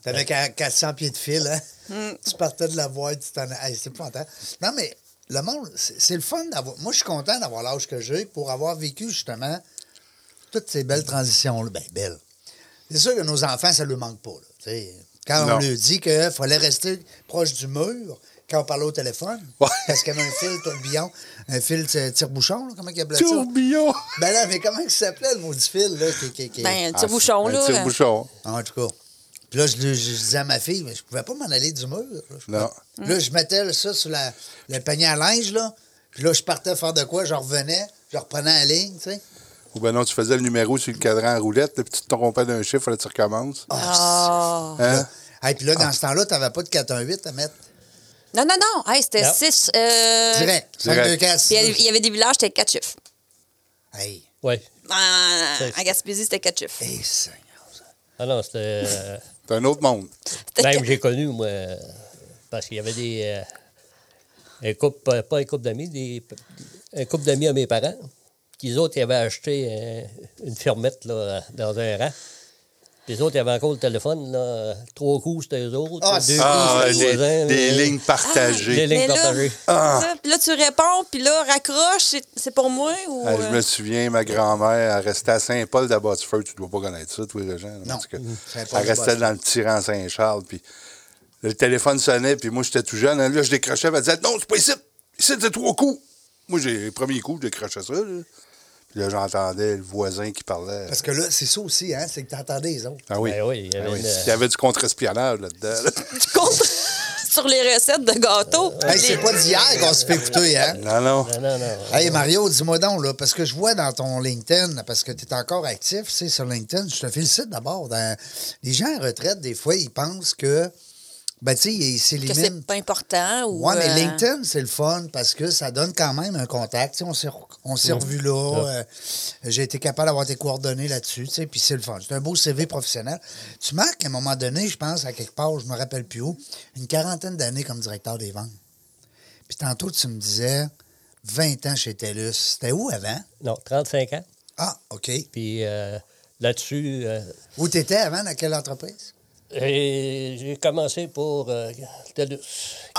[SPEAKER 2] Ben,
[SPEAKER 1] T'avais qu'à 400 pieds de fil, hein?
[SPEAKER 2] Hmm.
[SPEAKER 1] Tu partais de la voie, tu t'en. Hey, c'est épouvantable. Non, mais le monde, c'est c'est le fun d'avoir. Moi, je suis content d'avoir l'âge que j'ai pour avoir vécu, justement, toutes ces belles transitions-là. Ben, belles. C'est sûr que nos enfants, ça ne leur manque pas, là. tu sais. Quand on
[SPEAKER 2] Non.
[SPEAKER 1] leur dit qu'il fallait rester proche du mur quand on parlait au téléphone,
[SPEAKER 2] Ouais.
[SPEAKER 1] parce qu'il y avait un fil tourbillon, un fil euh, tire-bouchon, là, comment il appelait ça?
[SPEAKER 2] Tourbillon!
[SPEAKER 1] Ben là, mais comment il s'appelait le maudit fil, là? qui- qui- qui-
[SPEAKER 4] Ben, un
[SPEAKER 2] Ah,
[SPEAKER 4] petit bouchon,
[SPEAKER 2] un
[SPEAKER 4] là. là.
[SPEAKER 2] tire-bouchon.
[SPEAKER 1] en tout cas. Puis là, je, lui- je disais à ma fille, mais je pouvais pas m'en aller du mur. Là, Je
[SPEAKER 2] Non.
[SPEAKER 1] pouvais- Là, je mettais ça sur la, le panier à linge, là. Puis là, je partais faire de quoi, je revenais, je reprenais la ligne, tu sais.
[SPEAKER 2] Ou ben non, tu faisais le numéro sur le cadran à roulette, là, puis tu te trompais d'un chiffre, fallait que tu recommences.
[SPEAKER 4] Ah.
[SPEAKER 2] Hein?
[SPEAKER 1] Et puis là, dans ce temps-là, t'avais pas de 418 à mettre
[SPEAKER 4] Non, non, non. Hey, c'était
[SPEAKER 3] Non.
[SPEAKER 4] 6.
[SPEAKER 1] direct. 5,
[SPEAKER 2] direct.
[SPEAKER 1] 2, 4,
[SPEAKER 4] Euh, Puis il y avait des villages, c'était 4 chiffres. Ah,
[SPEAKER 1] Hey,
[SPEAKER 3] Oui.
[SPEAKER 4] En,
[SPEAKER 3] C'est-
[SPEAKER 4] en Gaspésie, c'était 4 chiffres.
[SPEAKER 1] hey, Seigneur.
[SPEAKER 3] Ah non, c'était. euh,
[SPEAKER 2] C'est un autre monde.
[SPEAKER 4] C'était
[SPEAKER 3] Même j'ai connu, moi, euh, parce qu'il y avait des. euh, un couple, pas- pas un couple d'amis, des, un couple d'amis à mes parents, qu'ils autres, ils avaient acheté euh, une fermette là, dans un rang. Les autres, ils avaient encore le téléphone. Là. Trois coups, c'était eux autres.
[SPEAKER 1] Ah,
[SPEAKER 3] deux
[SPEAKER 1] c'est-
[SPEAKER 3] coups,
[SPEAKER 2] Ah,
[SPEAKER 3] c'était les
[SPEAKER 2] des,
[SPEAKER 3] voisins,
[SPEAKER 2] des
[SPEAKER 3] là.
[SPEAKER 2] lignes partagées.
[SPEAKER 3] Des lignes
[SPEAKER 4] Mais là,
[SPEAKER 3] partagées.
[SPEAKER 1] Ah.
[SPEAKER 4] ça, puis là, tu réponds, puis là, raccroche, c'est- c'est pour moi ou.
[SPEAKER 2] Ah, je
[SPEAKER 4] euh,
[SPEAKER 2] me souviens, ma grand-mère, elle restait à Saint-Paul d'Abbotsford. Tu dois pas connaître ça, tous les gens.
[SPEAKER 1] Non. Saint-Paul
[SPEAKER 2] elle restait
[SPEAKER 1] d'Abbotsford.
[SPEAKER 2] dans le tyran Saint-Charles. Puis le téléphone sonnait, puis moi, j'étais tout jeune. hein. Là, je décrochais, puis elle disait Non, c'est pas ici. Ici, c'est trois coups. Moi, j'ai les premiers coups, je décrochais ça. là. Puis là, j'entendais le voisin qui parlait.
[SPEAKER 1] Parce que là, c'est ça aussi, hein, c'est que t'entendais les autres.
[SPEAKER 2] Ah oui.
[SPEAKER 3] Ben oui, il y avait
[SPEAKER 2] Ah oui.
[SPEAKER 3] une-
[SPEAKER 2] Il y avait du contre-espionnage là-dedans. là.
[SPEAKER 4] tu comptes sur les recettes de gâteaux.
[SPEAKER 1] Hey, c'est pas d'hier qu'on se fait écouter, hein?
[SPEAKER 2] Non, non.
[SPEAKER 3] Non, non, non.
[SPEAKER 1] Hey Mario, dis-moi donc, là, parce que je vois dans ton LinkedIn, parce que tu es encore actif tu sais, sur LinkedIn, je te félicite d'abord. Dans- Les gens en retraite, des fois, ils pensent que, ben, tu sais, ils
[SPEAKER 4] que c'est
[SPEAKER 1] s'éliminent.
[SPEAKER 4] pas important ou.
[SPEAKER 1] Ouais, mais
[SPEAKER 4] euh,
[SPEAKER 1] LinkedIn, c'est le fun parce que ça donne quand même un contact. Tu sais, on s'est re- on s'est revus là. euh, J'ai été capable d'avoir tes coordonnées là-dessus. tu sais, Puis c'est le fun. C'est un beau CV professionnel. Tu marques à un moment donné, je pense, à quelque part, je me rappelle plus où, une quarantaine d'années comme directeur des ventes. Puis tantôt, tu me disais 20 ans chez TELUS. C'était où avant?
[SPEAKER 3] Non, 35 ans.
[SPEAKER 1] Ah, OK.
[SPEAKER 3] Puis euh, là-dessus, euh,
[SPEAKER 1] Où tu étais avant, dans quelle entreprise?
[SPEAKER 3] j'ai j'ai commencé pour euh, TELUS,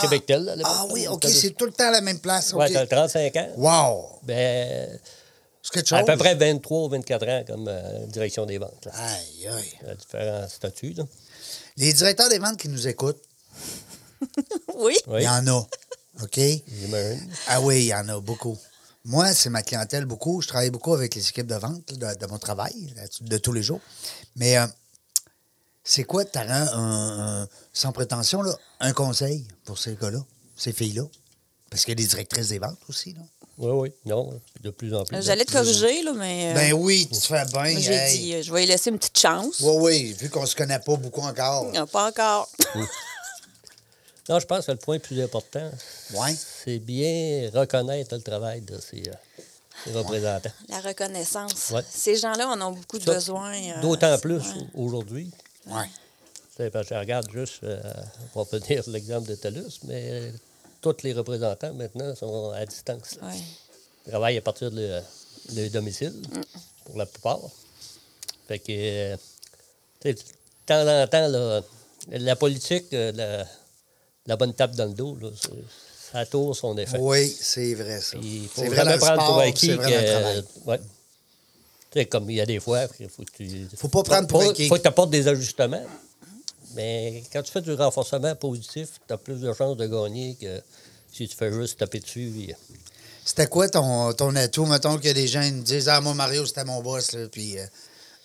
[SPEAKER 3] Québec Tel. à l'époque.
[SPEAKER 1] Ah oui, OK,
[SPEAKER 3] TELUS.
[SPEAKER 1] c'est tout le temps la même place. OK.
[SPEAKER 3] Ouais, t'as 35 ans.
[SPEAKER 1] wow!
[SPEAKER 3] Ben,
[SPEAKER 1] C'est quelque chose.
[SPEAKER 3] à peu près 23 ou 24 ans comme euh, direction des ventes. là.
[SPEAKER 1] Aïe, aïe.
[SPEAKER 3] Il y a différents statuts. là.
[SPEAKER 1] Les directeurs des ventes qui nous écoutent,
[SPEAKER 4] Oui.
[SPEAKER 1] Il
[SPEAKER 3] Oui,
[SPEAKER 1] y en a. OK?
[SPEAKER 3] j'imagine.
[SPEAKER 1] Ah oui, il y en a beaucoup. Moi, c'est ma clientèle beaucoup. Je travaille beaucoup avec les équipes de vente là, de, de mon travail, là, de tous les jours. Mais euh, c'est quoi, tu un, un- sans prétention, là, un conseil pour ces gars-là, ces filles-là? Parce qu'il y a des directrices des ventes aussi. Là.
[SPEAKER 3] Oui, oui, non, de plus en plus.
[SPEAKER 4] Euh, J'allais te corriger, là, mais. euh,
[SPEAKER 1] Ben oui, tu te fais bien.
[SPEAKER 4] moi, J'ai
[SPEAKER 1] hey.
[SPEAKER 4] dit, euh, je vais lui laisser une petite chance.
[SPEAKER 1] Oui, oui, vu qu'on se connaît pas beaucoup encore.
[SPEAKER 4] Non, Pas encore.
[SPEAKER 3] Non, je pense que le point le plus important,
[SPEAKER 1] Ouais.
[SPEAKER 3] c'est bien reconnaître le travail de ces, euh, ces représentants.
[SPEAKER 4] La reconnaissance.
[SPEAKER 3] Ouais.
[SPEAKER 4] Ces gens-là en ont beaucoup de
[SPEAKER 3] Ça,
[SPEAKER 4] besoin. euh,
[SPEAKER 3] D'autant plus
[SPEAKER 4] ouais.
[SPEAKER 3] aujourd'hui.
[SPEAKER 1] Ouais.
[SPEAKER 3] Tu sais, Parce que je regarde juste, euh, on va tenir l'exemple de TELUS, mais euh, tous les représentants maintenant sont à distance. là.
[SPEAKER 4] Ouais.
[SPEAKER 3] Ils travaillent à partir de leur- leur domicile, pour la plupart. Fait que, euh, tu sais, de temps en temps, là, la politique, euh, la, la bonne tape dans le dos, là, c'est- ça tourne son effet.
[SPEAKER 1] Oui, c'est vrai, ça.
[SPEAKER 3] Puis, Il faut
[SPEAKER 1] C'est vrai dans
[SPEAKER 3] jamais
[SPEAKER 1] le
[SPEAKER 3] prendre
[SPEAKER 1] sport,
[SPEAKER 3] pour acquis
[SPEAKER 1] c'est vrai dans le
[SPEAKER 3] que.
[SPEAKER 1] travail.
[SPEAKER 3] ouais. Tu sais, comme il y a des fois, il faut que tu.
[SPEAKER 1] Faut pas prendre pour
[SPEAKER 3] Faut-
[SPEAKER 1] acquis.
[SPEAKER 3] faut que tu apportes des ajustements. Mais quand tu fais du renforcement positif, tu as plus de chances de gagner que si tu fais juste taper dessus. puis-
[SPEAKER 1] C'était quoi ton, ton atout? Mettons que les gens ils me disent Ah, moi, Mario, c'était mon boss, là, puis euh,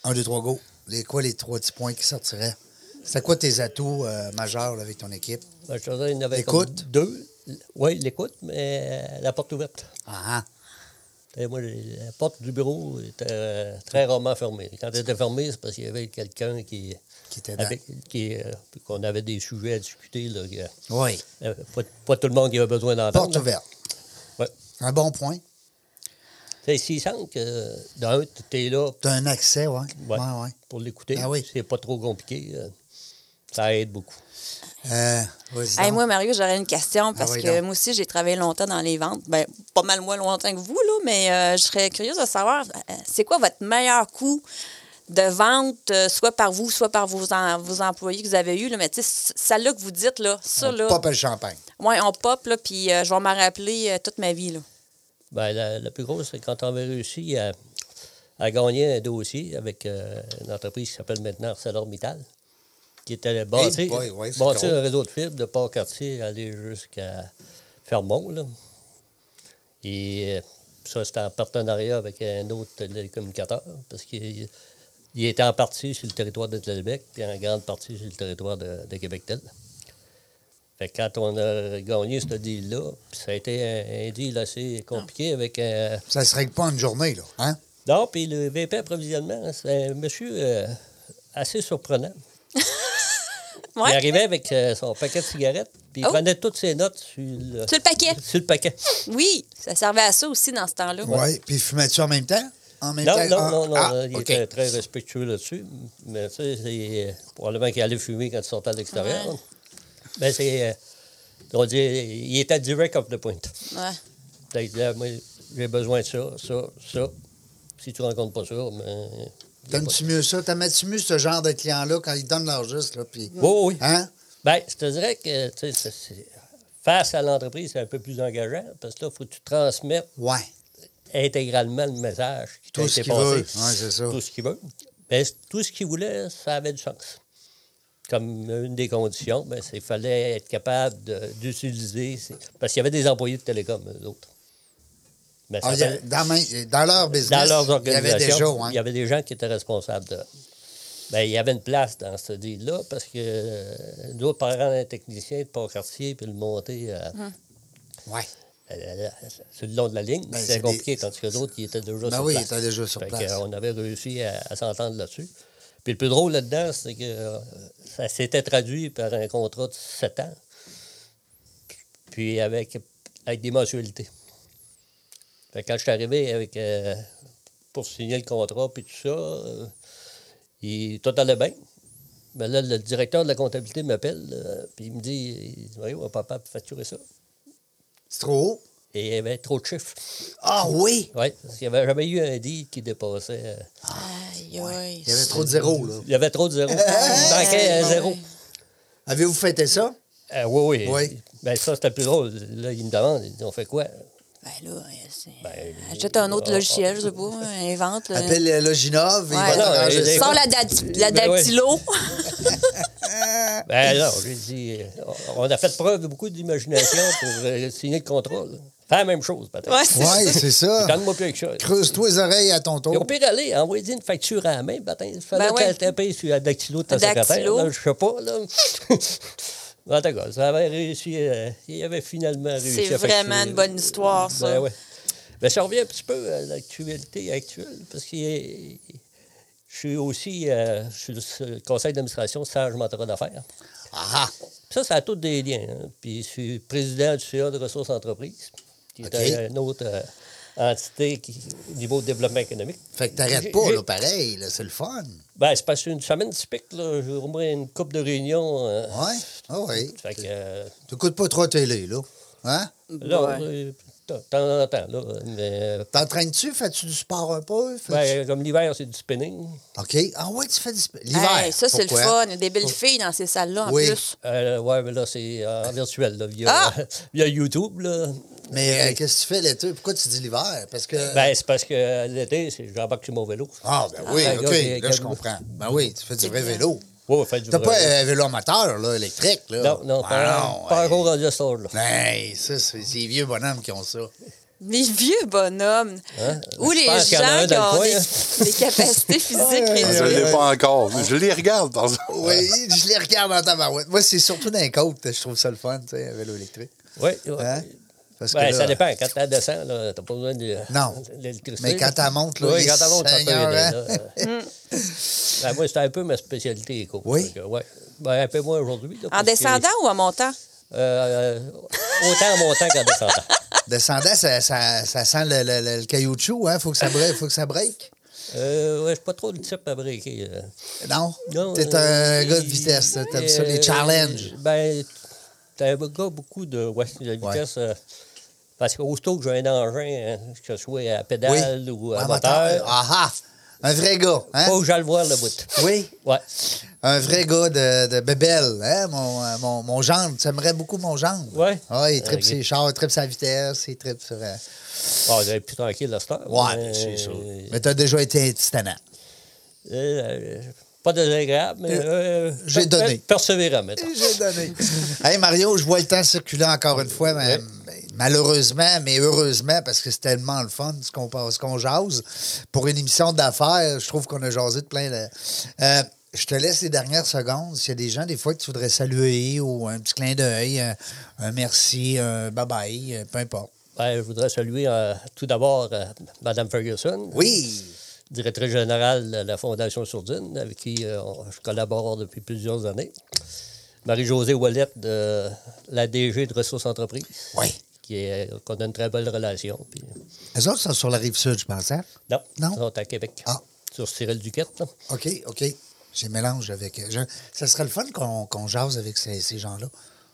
[SPEAKER 1] un, deux, trois, go. Les, quoi les trois petits points qui sortiraient? C'était quoi tes atouts euh, majeurs là, avec ton équipe?
[SPEAKER 3] Ben, je te dirais, il y en avait comme
[SPEAKER 1] L'écoute.
[SPEAKER 3] deux. Oui, l'écoute, mais euh, la porte ouverte.
[SPEAKER 1] Ah, ah.
[SPEAKER 3] Tu sais, Moi, la porte du bureau était euh, très rarement fermée. Quand elle était fermée, c'est parce qu'il y avait quelqu'un qui.
[SPEAKER 1] Qui était dedans.
[SPEAKER 3] avec- qui, euh, qu'on avait des sujets à discuter. Là, que-
[SPEAKER 1] Oui.
[SPEAKER 3] Euh, Pas, pas tout le monde qui avait besoin d'entendre.
[SPEAKER 1] Porte
[SPEAKER 3] là.
[SPEAKER 1] ouverte.
[SPEAKER 3] Ouais.
[SPEAKER 1] Un bon point.
[SPEAKER 3] C'est s'il sent que, euh, d'un, tu es là
[SPEAKER 1] T'as un accès, ouais. Ouais,
[SPEAKER 3] ouais,
[SPEAKER 1] ouais.
[SPEAKER 3] pour l'écouter.
[SPEAKER 1] Ah oui.
[SPEAKER 3] C'est pas trop compliqué. euh, ça aide beaucoup.
[SPEAKER 1] Euh, vas-y
[SPEAKER 4] Hey,
[SPEAKER 1] donc.
[SPEAKER 4] moi, Mario, j'aurais une question parce
[SPEAKER 1] Ah oui,
[SPEAKER 4] que
[SPEAKER 1] donc.
[SPEAKER 4] moi aussi, j'ai travaillé longtemps dans les ventes. Ben, pas mal moins longtemps que vous, là, mais euh, je serais curieuse de savoir, euh, c'est quoi votre meilleur coût de vente, euh, soit par vous, soit par vos, en- vos employés que vous avez eus? Là, mais tu sais, celle-là que vous dites, là, ça,
[SPEAKER 1] On
[SPEAKER 4] là,
[SPEAKER 1] Pop le champagne.
[SPEAKER 4] ouais, on pop, là, puis euh, je vais m'en rappeler euh, toute ma vie. Là.
[SPEAKER 3] Ben, la, la plus grosse, c'est quand on avait réussi à, à gagner un dossier avec euh, une entreprise qui s'appelle maintenant ArcelorMittal, qui était bâtie,
[SPEAKER 1] boy, ouais, c'est
[SPEAKER 3] bâtie
[SPEAKER 1] drôle.
[SPEAKER 3] un réseau de fibres de Port-Cartier, aller jusqu'à Fermont. là. Et euh, ça, c'était en partenariat avec un autre télécommunicateur, parce qu'il il était en partie sur le territoire de Québec, puis en grande partie sur le territoire de, de Québec-Tel. Fait que quand on a gagné ce deal-là, puis ça a été un, un deal assez compliqué avec euh, un.
[SPEAKER 1] Ça se règle pas en une journée, là. Hein?
[SPEAKER 3] Non, puis le VP approvisionnement, c'est un monsieur euh, assez surprenant.
[SPEAKER 4] Ouais.
[SPEAKER 3] Il arrivait avec euh, son paquet de cigarettes, puis il
[SPEAKER 4] Oh.
[SPEAKER 3] prenait toutes ses notes sur le,
[SPEAKER 4] Sur le paquet.
[SPEAKER 3] sur le paquet.
[SPEAKER 4] Oui, ça servait à ça aussi dans ce temps-là.
[SPEAKER 1] Oui. Puis fumais-tu en même temps? En même
[SPEAKER 3] Non,
[SPEAKER 1] temps?
[SPEAKER 3] non,
[SPEAKER 1] Ah,
[SPEAKER 3] non, non,
[SPEAKER 1] ah,
[SPEAKER 3] euh, il
[SPEAKER 1] OK.
[SPEAKER 3] était très respectueux là-dessus. Mais tu sais, c'est euh, probablement qu'il allait fumer quand il sortait à l'extérieur.
[SPEAKER 4] Ouais.
[SPEAKER 3] Mais c'est. euh, on dit, il était direct off the point. euh,
[SPEAKER 4] Ouais.
[SPEAKER 3] Fait que là, moi, j'ai besoin de ça, ça, ça. Si tu rencontres pas ça, ben,
[SPEAKER 1] T'aimes-tu mieux ça? T'aimes-tu mieux ce genre de clients-là quand ils donnent leur juste? Là, puis...
[SPEAKER 3] Oui, oui.
[SPEAKER 1] Hein?
[SPEAKER 3] Ben, je te dirais que tu sais, c'est- c'est- face à l'entreprise, c'est un peu plus engageant parce que là, il faut que tu transmettes
[SPEAKER 1] Ouais.
[SPEAKER 3] intégralement le message qui t'a
[SPEAKER 1] Tout ce
[SPEAKER 3] été
[SPEAKER 1] qu'il
[SPEAKER 3] passé.
[SPEAKER 1] veut. Ouais, c'est ça.
[SPEAKER 3] Tout ce qu'il veut. Ben, c- tout ce qu'il voulait, ça avait du sens. Comme une des conditions, ben, c'est qu'il fallait être capable de- d'utiliser. ces- Parce qu'il y avait des employés de télécom, eux autres. Ben, ça
[SPEAKER 1] Ah, il y a-
[SPEAKER 3] fallait-
[SPEAKER 1] dans, ma- dans leur
[SPEAKER 3] dans
[SPEAKER 1] business,
[SPEAKER 3] leurs
[SPEAKER 1] il y avait
[SPEAKER 3] organisations,
[SPEAKER 1] déjà, hein?
[SPEAKER 3] il y avait des gens qui étaient responsables de. Ben, il y avait une place dans ce deal-là parce que euh, nous, autres, par exemple, un technicien de Port-Cartier puis le monter euh,
[SPEAKER 1] Ouais.
[SPEAKER 3] euh, sur le long de la ligne,
[SPEAKER 1] Ben, c'est
[SPEAKER 3] c'était
[SPEAKER 1] des-
[SPEAKER 3] compliqué, tandis que d'autres, ils étaient déjà
[SPEAKER 1] Ben
[SPEAKER 3] sur
[SPEAKER 1] oui,
[SPEAKER 3] place.
[SPEAKER 1] ils étaient déjà sur
[SPEAKER 3] Fait
[SPEAKER 1] place.
[SPEAKER 3] que, euh, on avait réussi à, à s'entendre là-dessus. Puis le plus drôle là-dedans, c'est que euh, ça s'était traduit par un contrat de 7 ans, puis avec, avec des mensualités. Fait que quand je suis arrivé avec, euh, pour signer le contrat, puis tout ça, euh, il, tout allait bien. Mais là, le directeur de la comptabilité m'appelle, euh, puis il me dit Voyez, on va pas capable de facturer ça.
[SPEAKER 1] C'est trop haut?
[SPEAKER 3] Et il y avait trop de chiffres.
[SPEAKER 1] Ah oui!
[SPEAKER 3] Oui, parce qu'il n'y avait jamais eu un deal qui dépassait. euh,
[SPEAKER 4] Aïe, aïe.
[SPEAKER 1] Il y avait trop de zéros, là.
[SPEAKER 3] Il y avait trop de zéros.
[SPEAKER 4] Euh,
[SPEAKER 3] Il manquait un zéro.
[SPEAKER 1] Avez-vous fêté ça?
[SPEAKER 3] Euh, oui, oui.
[SPEAKER 1] Oui.
[SPEAKER 3] Ben, ça, c'était le plus drôle. Là, ils me demandent, ils dit, on fait quoi?
[SPEAKER 4] Ben là, c'est-
[SPEAKER 3] Ben,
[SPEAKER 4] achète un autre
[SPEAKER 3] ah,
[SPEAKER 4] logiciel, je sais pas, invente. là.
[SPEAKER 1] Appelle euh, Loginov, il va
[SPEAKER 4] Ouais.
[SPEAKER 1] t'arranger
[SPEAKER 3] Non, euh,
[SPEAKER 1] ça.
[SPEAKER 4] Sors la, dat- la
[SPEAKER 3] Ben ouais.
[SPEAKER 4] dactylo.
[SPEAKER 3] Ben non, j'ai dit, euh, on a fait preuve de beaucoup d'imagination pour euh, signer le contrat. là. Faire la même chose, peut-être.
[SPEAKER 4] Ouais, euh, c'est
[SPEAKER 1] Ouais, c'est ça.
[SPEAKER 3] Donne-moi plus avec ça.
[SPEAKER 1] Creuse-toi les oreilles à ton
[SPEAKER 3] Et au
[SPEAKER 1] tour.
[SPEAKER 3] pire, aller, envoyer une facture à la main, ben, attends, il fallait
[SPEAKER 4] Ben ouais.
[SPEAKER 3] qu'elle tape sur la dactylo de ta
[SPEAKER 4] Dactylo.
[SPEAKER 3] secrétaire. là, Je sais pas, là. en tout cas, ça avait réussi. euh, il avait finalement réussi.
[SPEAKER 4] C'est
[SPEAKER 3] à
[SPEAKER 4] vraiment
[SPEAKER 3] facturer.
[SPEAKER 4] une bonne histoire, ça.
[SPEAKER 3] Ben ouais. Ben, ça revient un petit peu à l'actualité actuelle, parce que euh, je suis aussi euh, je suis le seul- conseil d'administration sage mentorat d'affaires.
[SPEAKER 1] Ah!
[SPEAKER 3] Ça, ça a tous des liens. hein. Puis je suis président du CA de ressources entreprises, qui
[SPEAKER 1] OK.
[SPEAKER 3] est une autre euh, entité qui, au niveau de développement économique.
[SPEAKER 1] Fait que t'arrêtes
[SPEAKER 3] J'ai-
[SPEAKER 1] pas,
[SPEAKER 3] j'ai-
[SPEAKER 1] là, pareil, là, c'est le fun.
[SPEAKER 3] Ben, c'est passé une semaine typique, là. J'ai au moins une coupe de réunions. euh,
[SPEAKER 1] Ouais, ah oui.
[SPEAKER 3] Fait que, euh,
[SPEAKER 1] T'écoutes pas trop télé, là. Hein?
[SPEAKER 3] là, euh, t'en- t'en entends, là. Mais, euh,
[SPEAKER 1] T'entraînes-tu? Fais-tu du sport un peu? Fais-tu-
[SPEAKER 3] ben, comme l'hiver, c'est du spinning.
[SPEAKER 1] OK. Ah ouais, tu fais du sport. L'hiver.
[SPEAKER 4] Hey, ça, c'est le
[SPEAKER 1] pourquoi?
[SPEAKER 4] fun. Il y a des belles filles dans ces salles-là, en
[SPEAKER 1] Oui.
[SPEAKER 4] plus.
[SPEAKER 3] Euh, ouais, mais là, c'est euh, en virtuel, là, via,
[SPEAKER 4] Ah!
[SPEAKER 3] via YouTube. Là.
[SPEAKER 1] Mais euh, qu'est-ce que tu fais l'été? Pourquoi tu dis l'hiver? Parce que.
[SPEAKER 3] Ben, c'est parce que l'été, c'est- j'embarque sur mon vélo.
[SPEAKER 1] ah, ben oui,
[SPEAKER 3] Ah,
[SPEAKER 1] OK.
[SPEAKER 3] regarde,
[SPEAKER 1] Là, je
[SPEAKER 3] regarde.
[SPEAKER 1] comprends. Ben oui, tu fais du vrai vélo.
[SPEAKER 3] Ouais, ouais, fait du
[SPEAKER 1] T'as
[SPEAKER 3] vrai-
[SPEAKER 1] pas un vélo amateur, là, électrique, là?
[SPEAKER 3] Non, non,
[SPEAKER 1] Ah,
[SPEAKER 3] pas, pas
[SPEAKER 1] ouais.
[SPEAKER 3] encore rendu à ce stade, là.
[SPEAKER 1] Hey, ça, c'est c'est les vieux bonhommes qui ont ça.
[SPEAKER 4] Les vieux bonhommes. Ou
[SPEAKER 3] Je
[SPEAKER 4] les
[SPEAKER 3] pense Hein? qu'il y en a un
[SPEAKER 4] gens qui
[SPEAKER 3] dans le
[SPEAKER 4] ont
[SPEAKER 3] coin,
[SPEAKER 4] des,
[SPEAKER 3] hein.
[SPEAKER 4] des capacités physiques
[SPEAKER 2] Je ne
[SPEAKER 4] réduites.
[SPEAKER 2] l'ai pas encore. mais Je les regarde dans un.
[SPEAKER 1] Oui, Euh, je les regarde en tabarouette. Moi, c'est surtout dans les côtes, je trouve ça le fun, tu sais, un vélo électrique.
[SPEAKER 3] Oui, oui.
[SPEAKER 1] Hein? Parce
[SPEAKER 3] Ben,
[SPEAKER 1] là-
[SPEAKER 3] ça dépend. Quand tu descends, là, t'as pas besoin de
[SPEAKER 1] Non.
[SPEAKER 3] de l'électricité.
[SPEAKER 1] Mais quand t'en montes, là, hein.
[SPEAKER 3] Oui, quand t'en montes, ça peut
[SPEAKER 1] Seigneur,
[SPEAKER 3] aider, là.
[SPEAKER 4] Mm.
[SPEAKER 3] Ben, moi, c'était un peu ma spécialité, éco.
[SPEAKER 1] Oui?
[SPEAKER 3] Fait que, ouais. Ben, un peu moins aujourd'hui. là,
[SPEAKER 4] En
[SPEAKER 3] parce que,
[SPEAKER 4] descendant ou en montant?
[SPEAKER 3] euh, euh, autant en montant qu'en descendant.
[SPEAKER 1] Descendant, ça, ça, ça sent le, le, le, le caoutchouc, hein? Faut que ça break. Faut que ça break.
[SPEAKER 3] Euh, ouais, je suis pas trop le type à euh, briquer. là.
[SPEAKER 1] Non?
[SPEAKER 3] Non,
[SPEAKER 1] T'es
[SPEAKER 3] euh,
[SPEAKER 1] un gars de vitesse, t'aimes ça, les
[SPEAKER 3] euh,
[SPEAKER 1] challenges.
[SPEAKER 3] Ben, t'as un gars beaucoup de, ouais, de vitesse. euh, parce qu'aussitôt que j'ai un engin, hein, que ce soit à pédale ou à moteur,
[SPEAKER 1] Ah ah! Un vrai gars, hein?
[SPEAKER 3] faut que j'aille voir le bout.
[SPEAKER 1] Oui,
[SPEAKER 3] Ouais.
[SPEAKER 1] un vrai gars de, de bébelle, hein? Mon, euh, mon, mon gendre, tu aimerais beaucoup mon gendre.
[SPEAKER 3] Ouais. Euh,
[SPEAKER 1] Ah, il tripe
[SPEAKER 3] Ok.
[SPEAKER 1] ses chars, il tripe sa vitesse, il tripe sur... euh,
[SPEAKER 3] Bon, j'avais Ah, plus tranquille à cette heure.
[SPEAKER 1] Ouais,
[SPEAKER 3] mais-
[SPEAKER 1] c'est ça. Mais t'as déjà été titanant.
[SPEAKER 3] Euh, pas désagréable, mais. euh,
[SPEAKER 1] j'ai
[SPEAKER 3] per-
[SPEAKER 1] donné.
[SPEAKER 3] per- Persévérant, maintenant.
[SPEAKER 1] J'ai donné. hey Mario, je vois le temps circuler encore une fois, mais- mais malheureusement, mais heureusement, parce que c'est tellement le fun ce qu'on passe- ce qu'on jase. Pour une émission d'affaires, je trouve qu'on a jasé de plein de. Euh, je te laisse les dernières secondes. S'il y a des gens, des fois, que tu voudrais saluer ou un petit clin d'œil, un, un merci, un bye-bye, euh, peu importe.
[SPEAKER 3] Ben, je voudrais saluer euh, tout d'abord Mme Ferguson.
[SPEAKER 1] Oui!
[SPEAKER 3] directrice générale de la Fondation Sourdine, avec qui euh, on- je collabore depuis plusieurs années. Marie-Josée Wallet de la DG de Ressources Entreprises,
[SPEAKER 1] Oui.
[SPEAKER 3] qui est, qu'on a une très belle relation. puis-
[SPEAKER 1] Les autres sont sur la rive sud, je pense. hein?
[SPEAKER 3] non,
[SPEAKER 1] Non.
[SPEAKER 3] ils sont à Québec.
[SPEAKER 1] Ah.
[SPEAKER 3] Sur Cyril Duquette. là.
[SPEAKER 1] OK, OK. J'ai mélange avec. je- ça serait le fun qu'on qu'on jase avec ces- ces gens-là.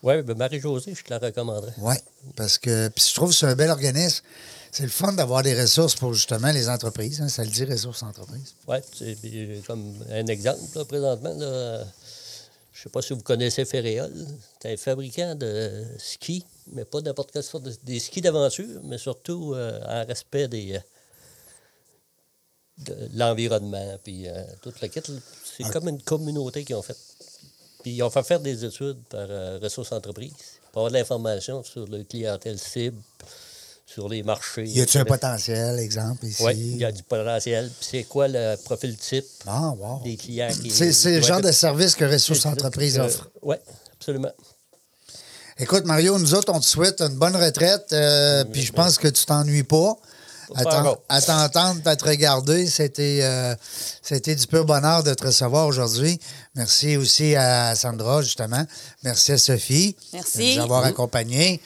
[SPEAKER 3] Oui, ben Marie-Josée, je te la recommanderais.
[SPEAKER 1] Oui, parce que puis je trouve que c'est un bel organisme. C'est le fun d'avoir des ressources pour justement les entreprises. hein. ça le dit, ressources entreprises.
[SPEAKER 3] Oui, c'est puis, comme un exemple, là, présentement, là, euh, je ne sais pas si vous connaissez Ferréol. C'est un fabricant de skis, mais pas n'importe quelle sorte de des skis d'aventure, mais surtout euh, en respect des, euh, de l'environnement, puis euh, tout le kit. C'est
[SPEAKER 1] Ah.
[SPEAKER 3] comme une communauté qu'ils ont fait. Puis ils ont fait faire des études par euh, Ressources Entreprises pour avoir de l'information sur le clientèle cible, sur les marchés.
[SPEAKER 1] Y a-tu un potentiel, exemple, ici?
[SPEAKER 3] Oui, il y a du potentiel. Puis c'est quoi le profil type
[SPEAKER 1] Ah, wow.
[SPEAKER 3] des clients qui.
[SPEAKER 1] C'est c'est le genre de service que Ressources Entreprises
[SPEAKER 3] euh,
[SPEAKER 1] offre.
[SPEAKER 3] Oui, absolument.
[SPEAKER 1] Écoute, Mario, nous autres, on te souhaite une bonne retraite, euh, puis je pense que tu t'ennuies pas.
[SPEAKER 3] Pas
[SPEAKER 1] À t'en-
[SPEAKER 3] encore.
[SPEAKER 1] à t'entendre, à te regarder, c'était euh, c'était du pur bonheur de te recevoir aujourd'hui. Merci aussi à Sandra, justement. Merci à Sophie
[SPEAKER 4] Merci.
[SPEAKER 1] de nous avoir accompagnés.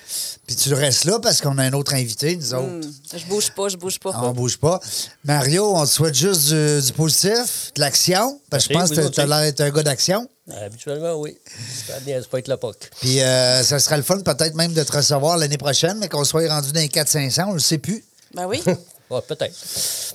[SPEAKER 1] Puis tu restes là parce qu'on a un autre invité, nous
[SPEAKER 4] Mm.
[SPEAKER 1] autres.
[SPEAKER 4] Hmm. Je bouge pas, je bouge pas.
[SPEAKER 3] Ah,
[SPEAKER 1] On bouge pas. Mario, on te souhaite juste du, du positif, de l'action, parce que je pense
[SPEAKER 3] Merci,
[SPEAKER 1] que
[SPEAKER 3] vous
[SPEAKER 1] tu as
[SPEAKER 3] aussi.
[SPEAKER 1] l'air d'être un gars d'action.
[SPEAKER 3] Euh, Habituellement, oui. Ça ne pas être la POC.
[SPEAKER 1] Puis euh, ça sera le fun peut-être même de te recevoir l'année prochaine, mais qu'on soit rendu dans les 400-500, on le sait plus.
[SPEAKER 4] Ben oui.
[SPEAKER 3] Ouais, peut-être.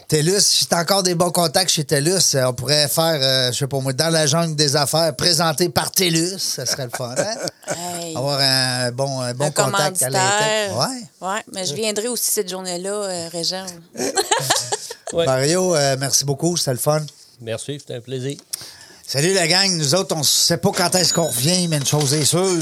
[SPEAKER 1] TELUS, si t'as encore des bons contacts chez TELUS, euh, on pourrait faire, euh, je sais pas moi, dans la jungle des affaires, présenté par TELUS, ça serait le fun. hein?
[SPEAKER 4] Hey.
[SPEAKER 1] Avoir un bon, un bon
[SPEAKER 4] un
[SPEAKER 1] contact à l'intérieur.
[SPEAKER 4] commanditaire.
[SPEAKER 1] Ouais.
[SPEAKER 4] Ouais, mais je viendrai aussi cette journée-là, euh, Régent.
[SPEAKER 3] Ouais.
[SPEAKER 1] Mario, euh, merci beaucoup, c'était le fun.
[SPEAKER 3] Merci, c'était un plaisir.
[SPEAKER 1] Salut la gang, nous autres, on sait pas quand est-ce qu'on revient, mais une chose est sûre,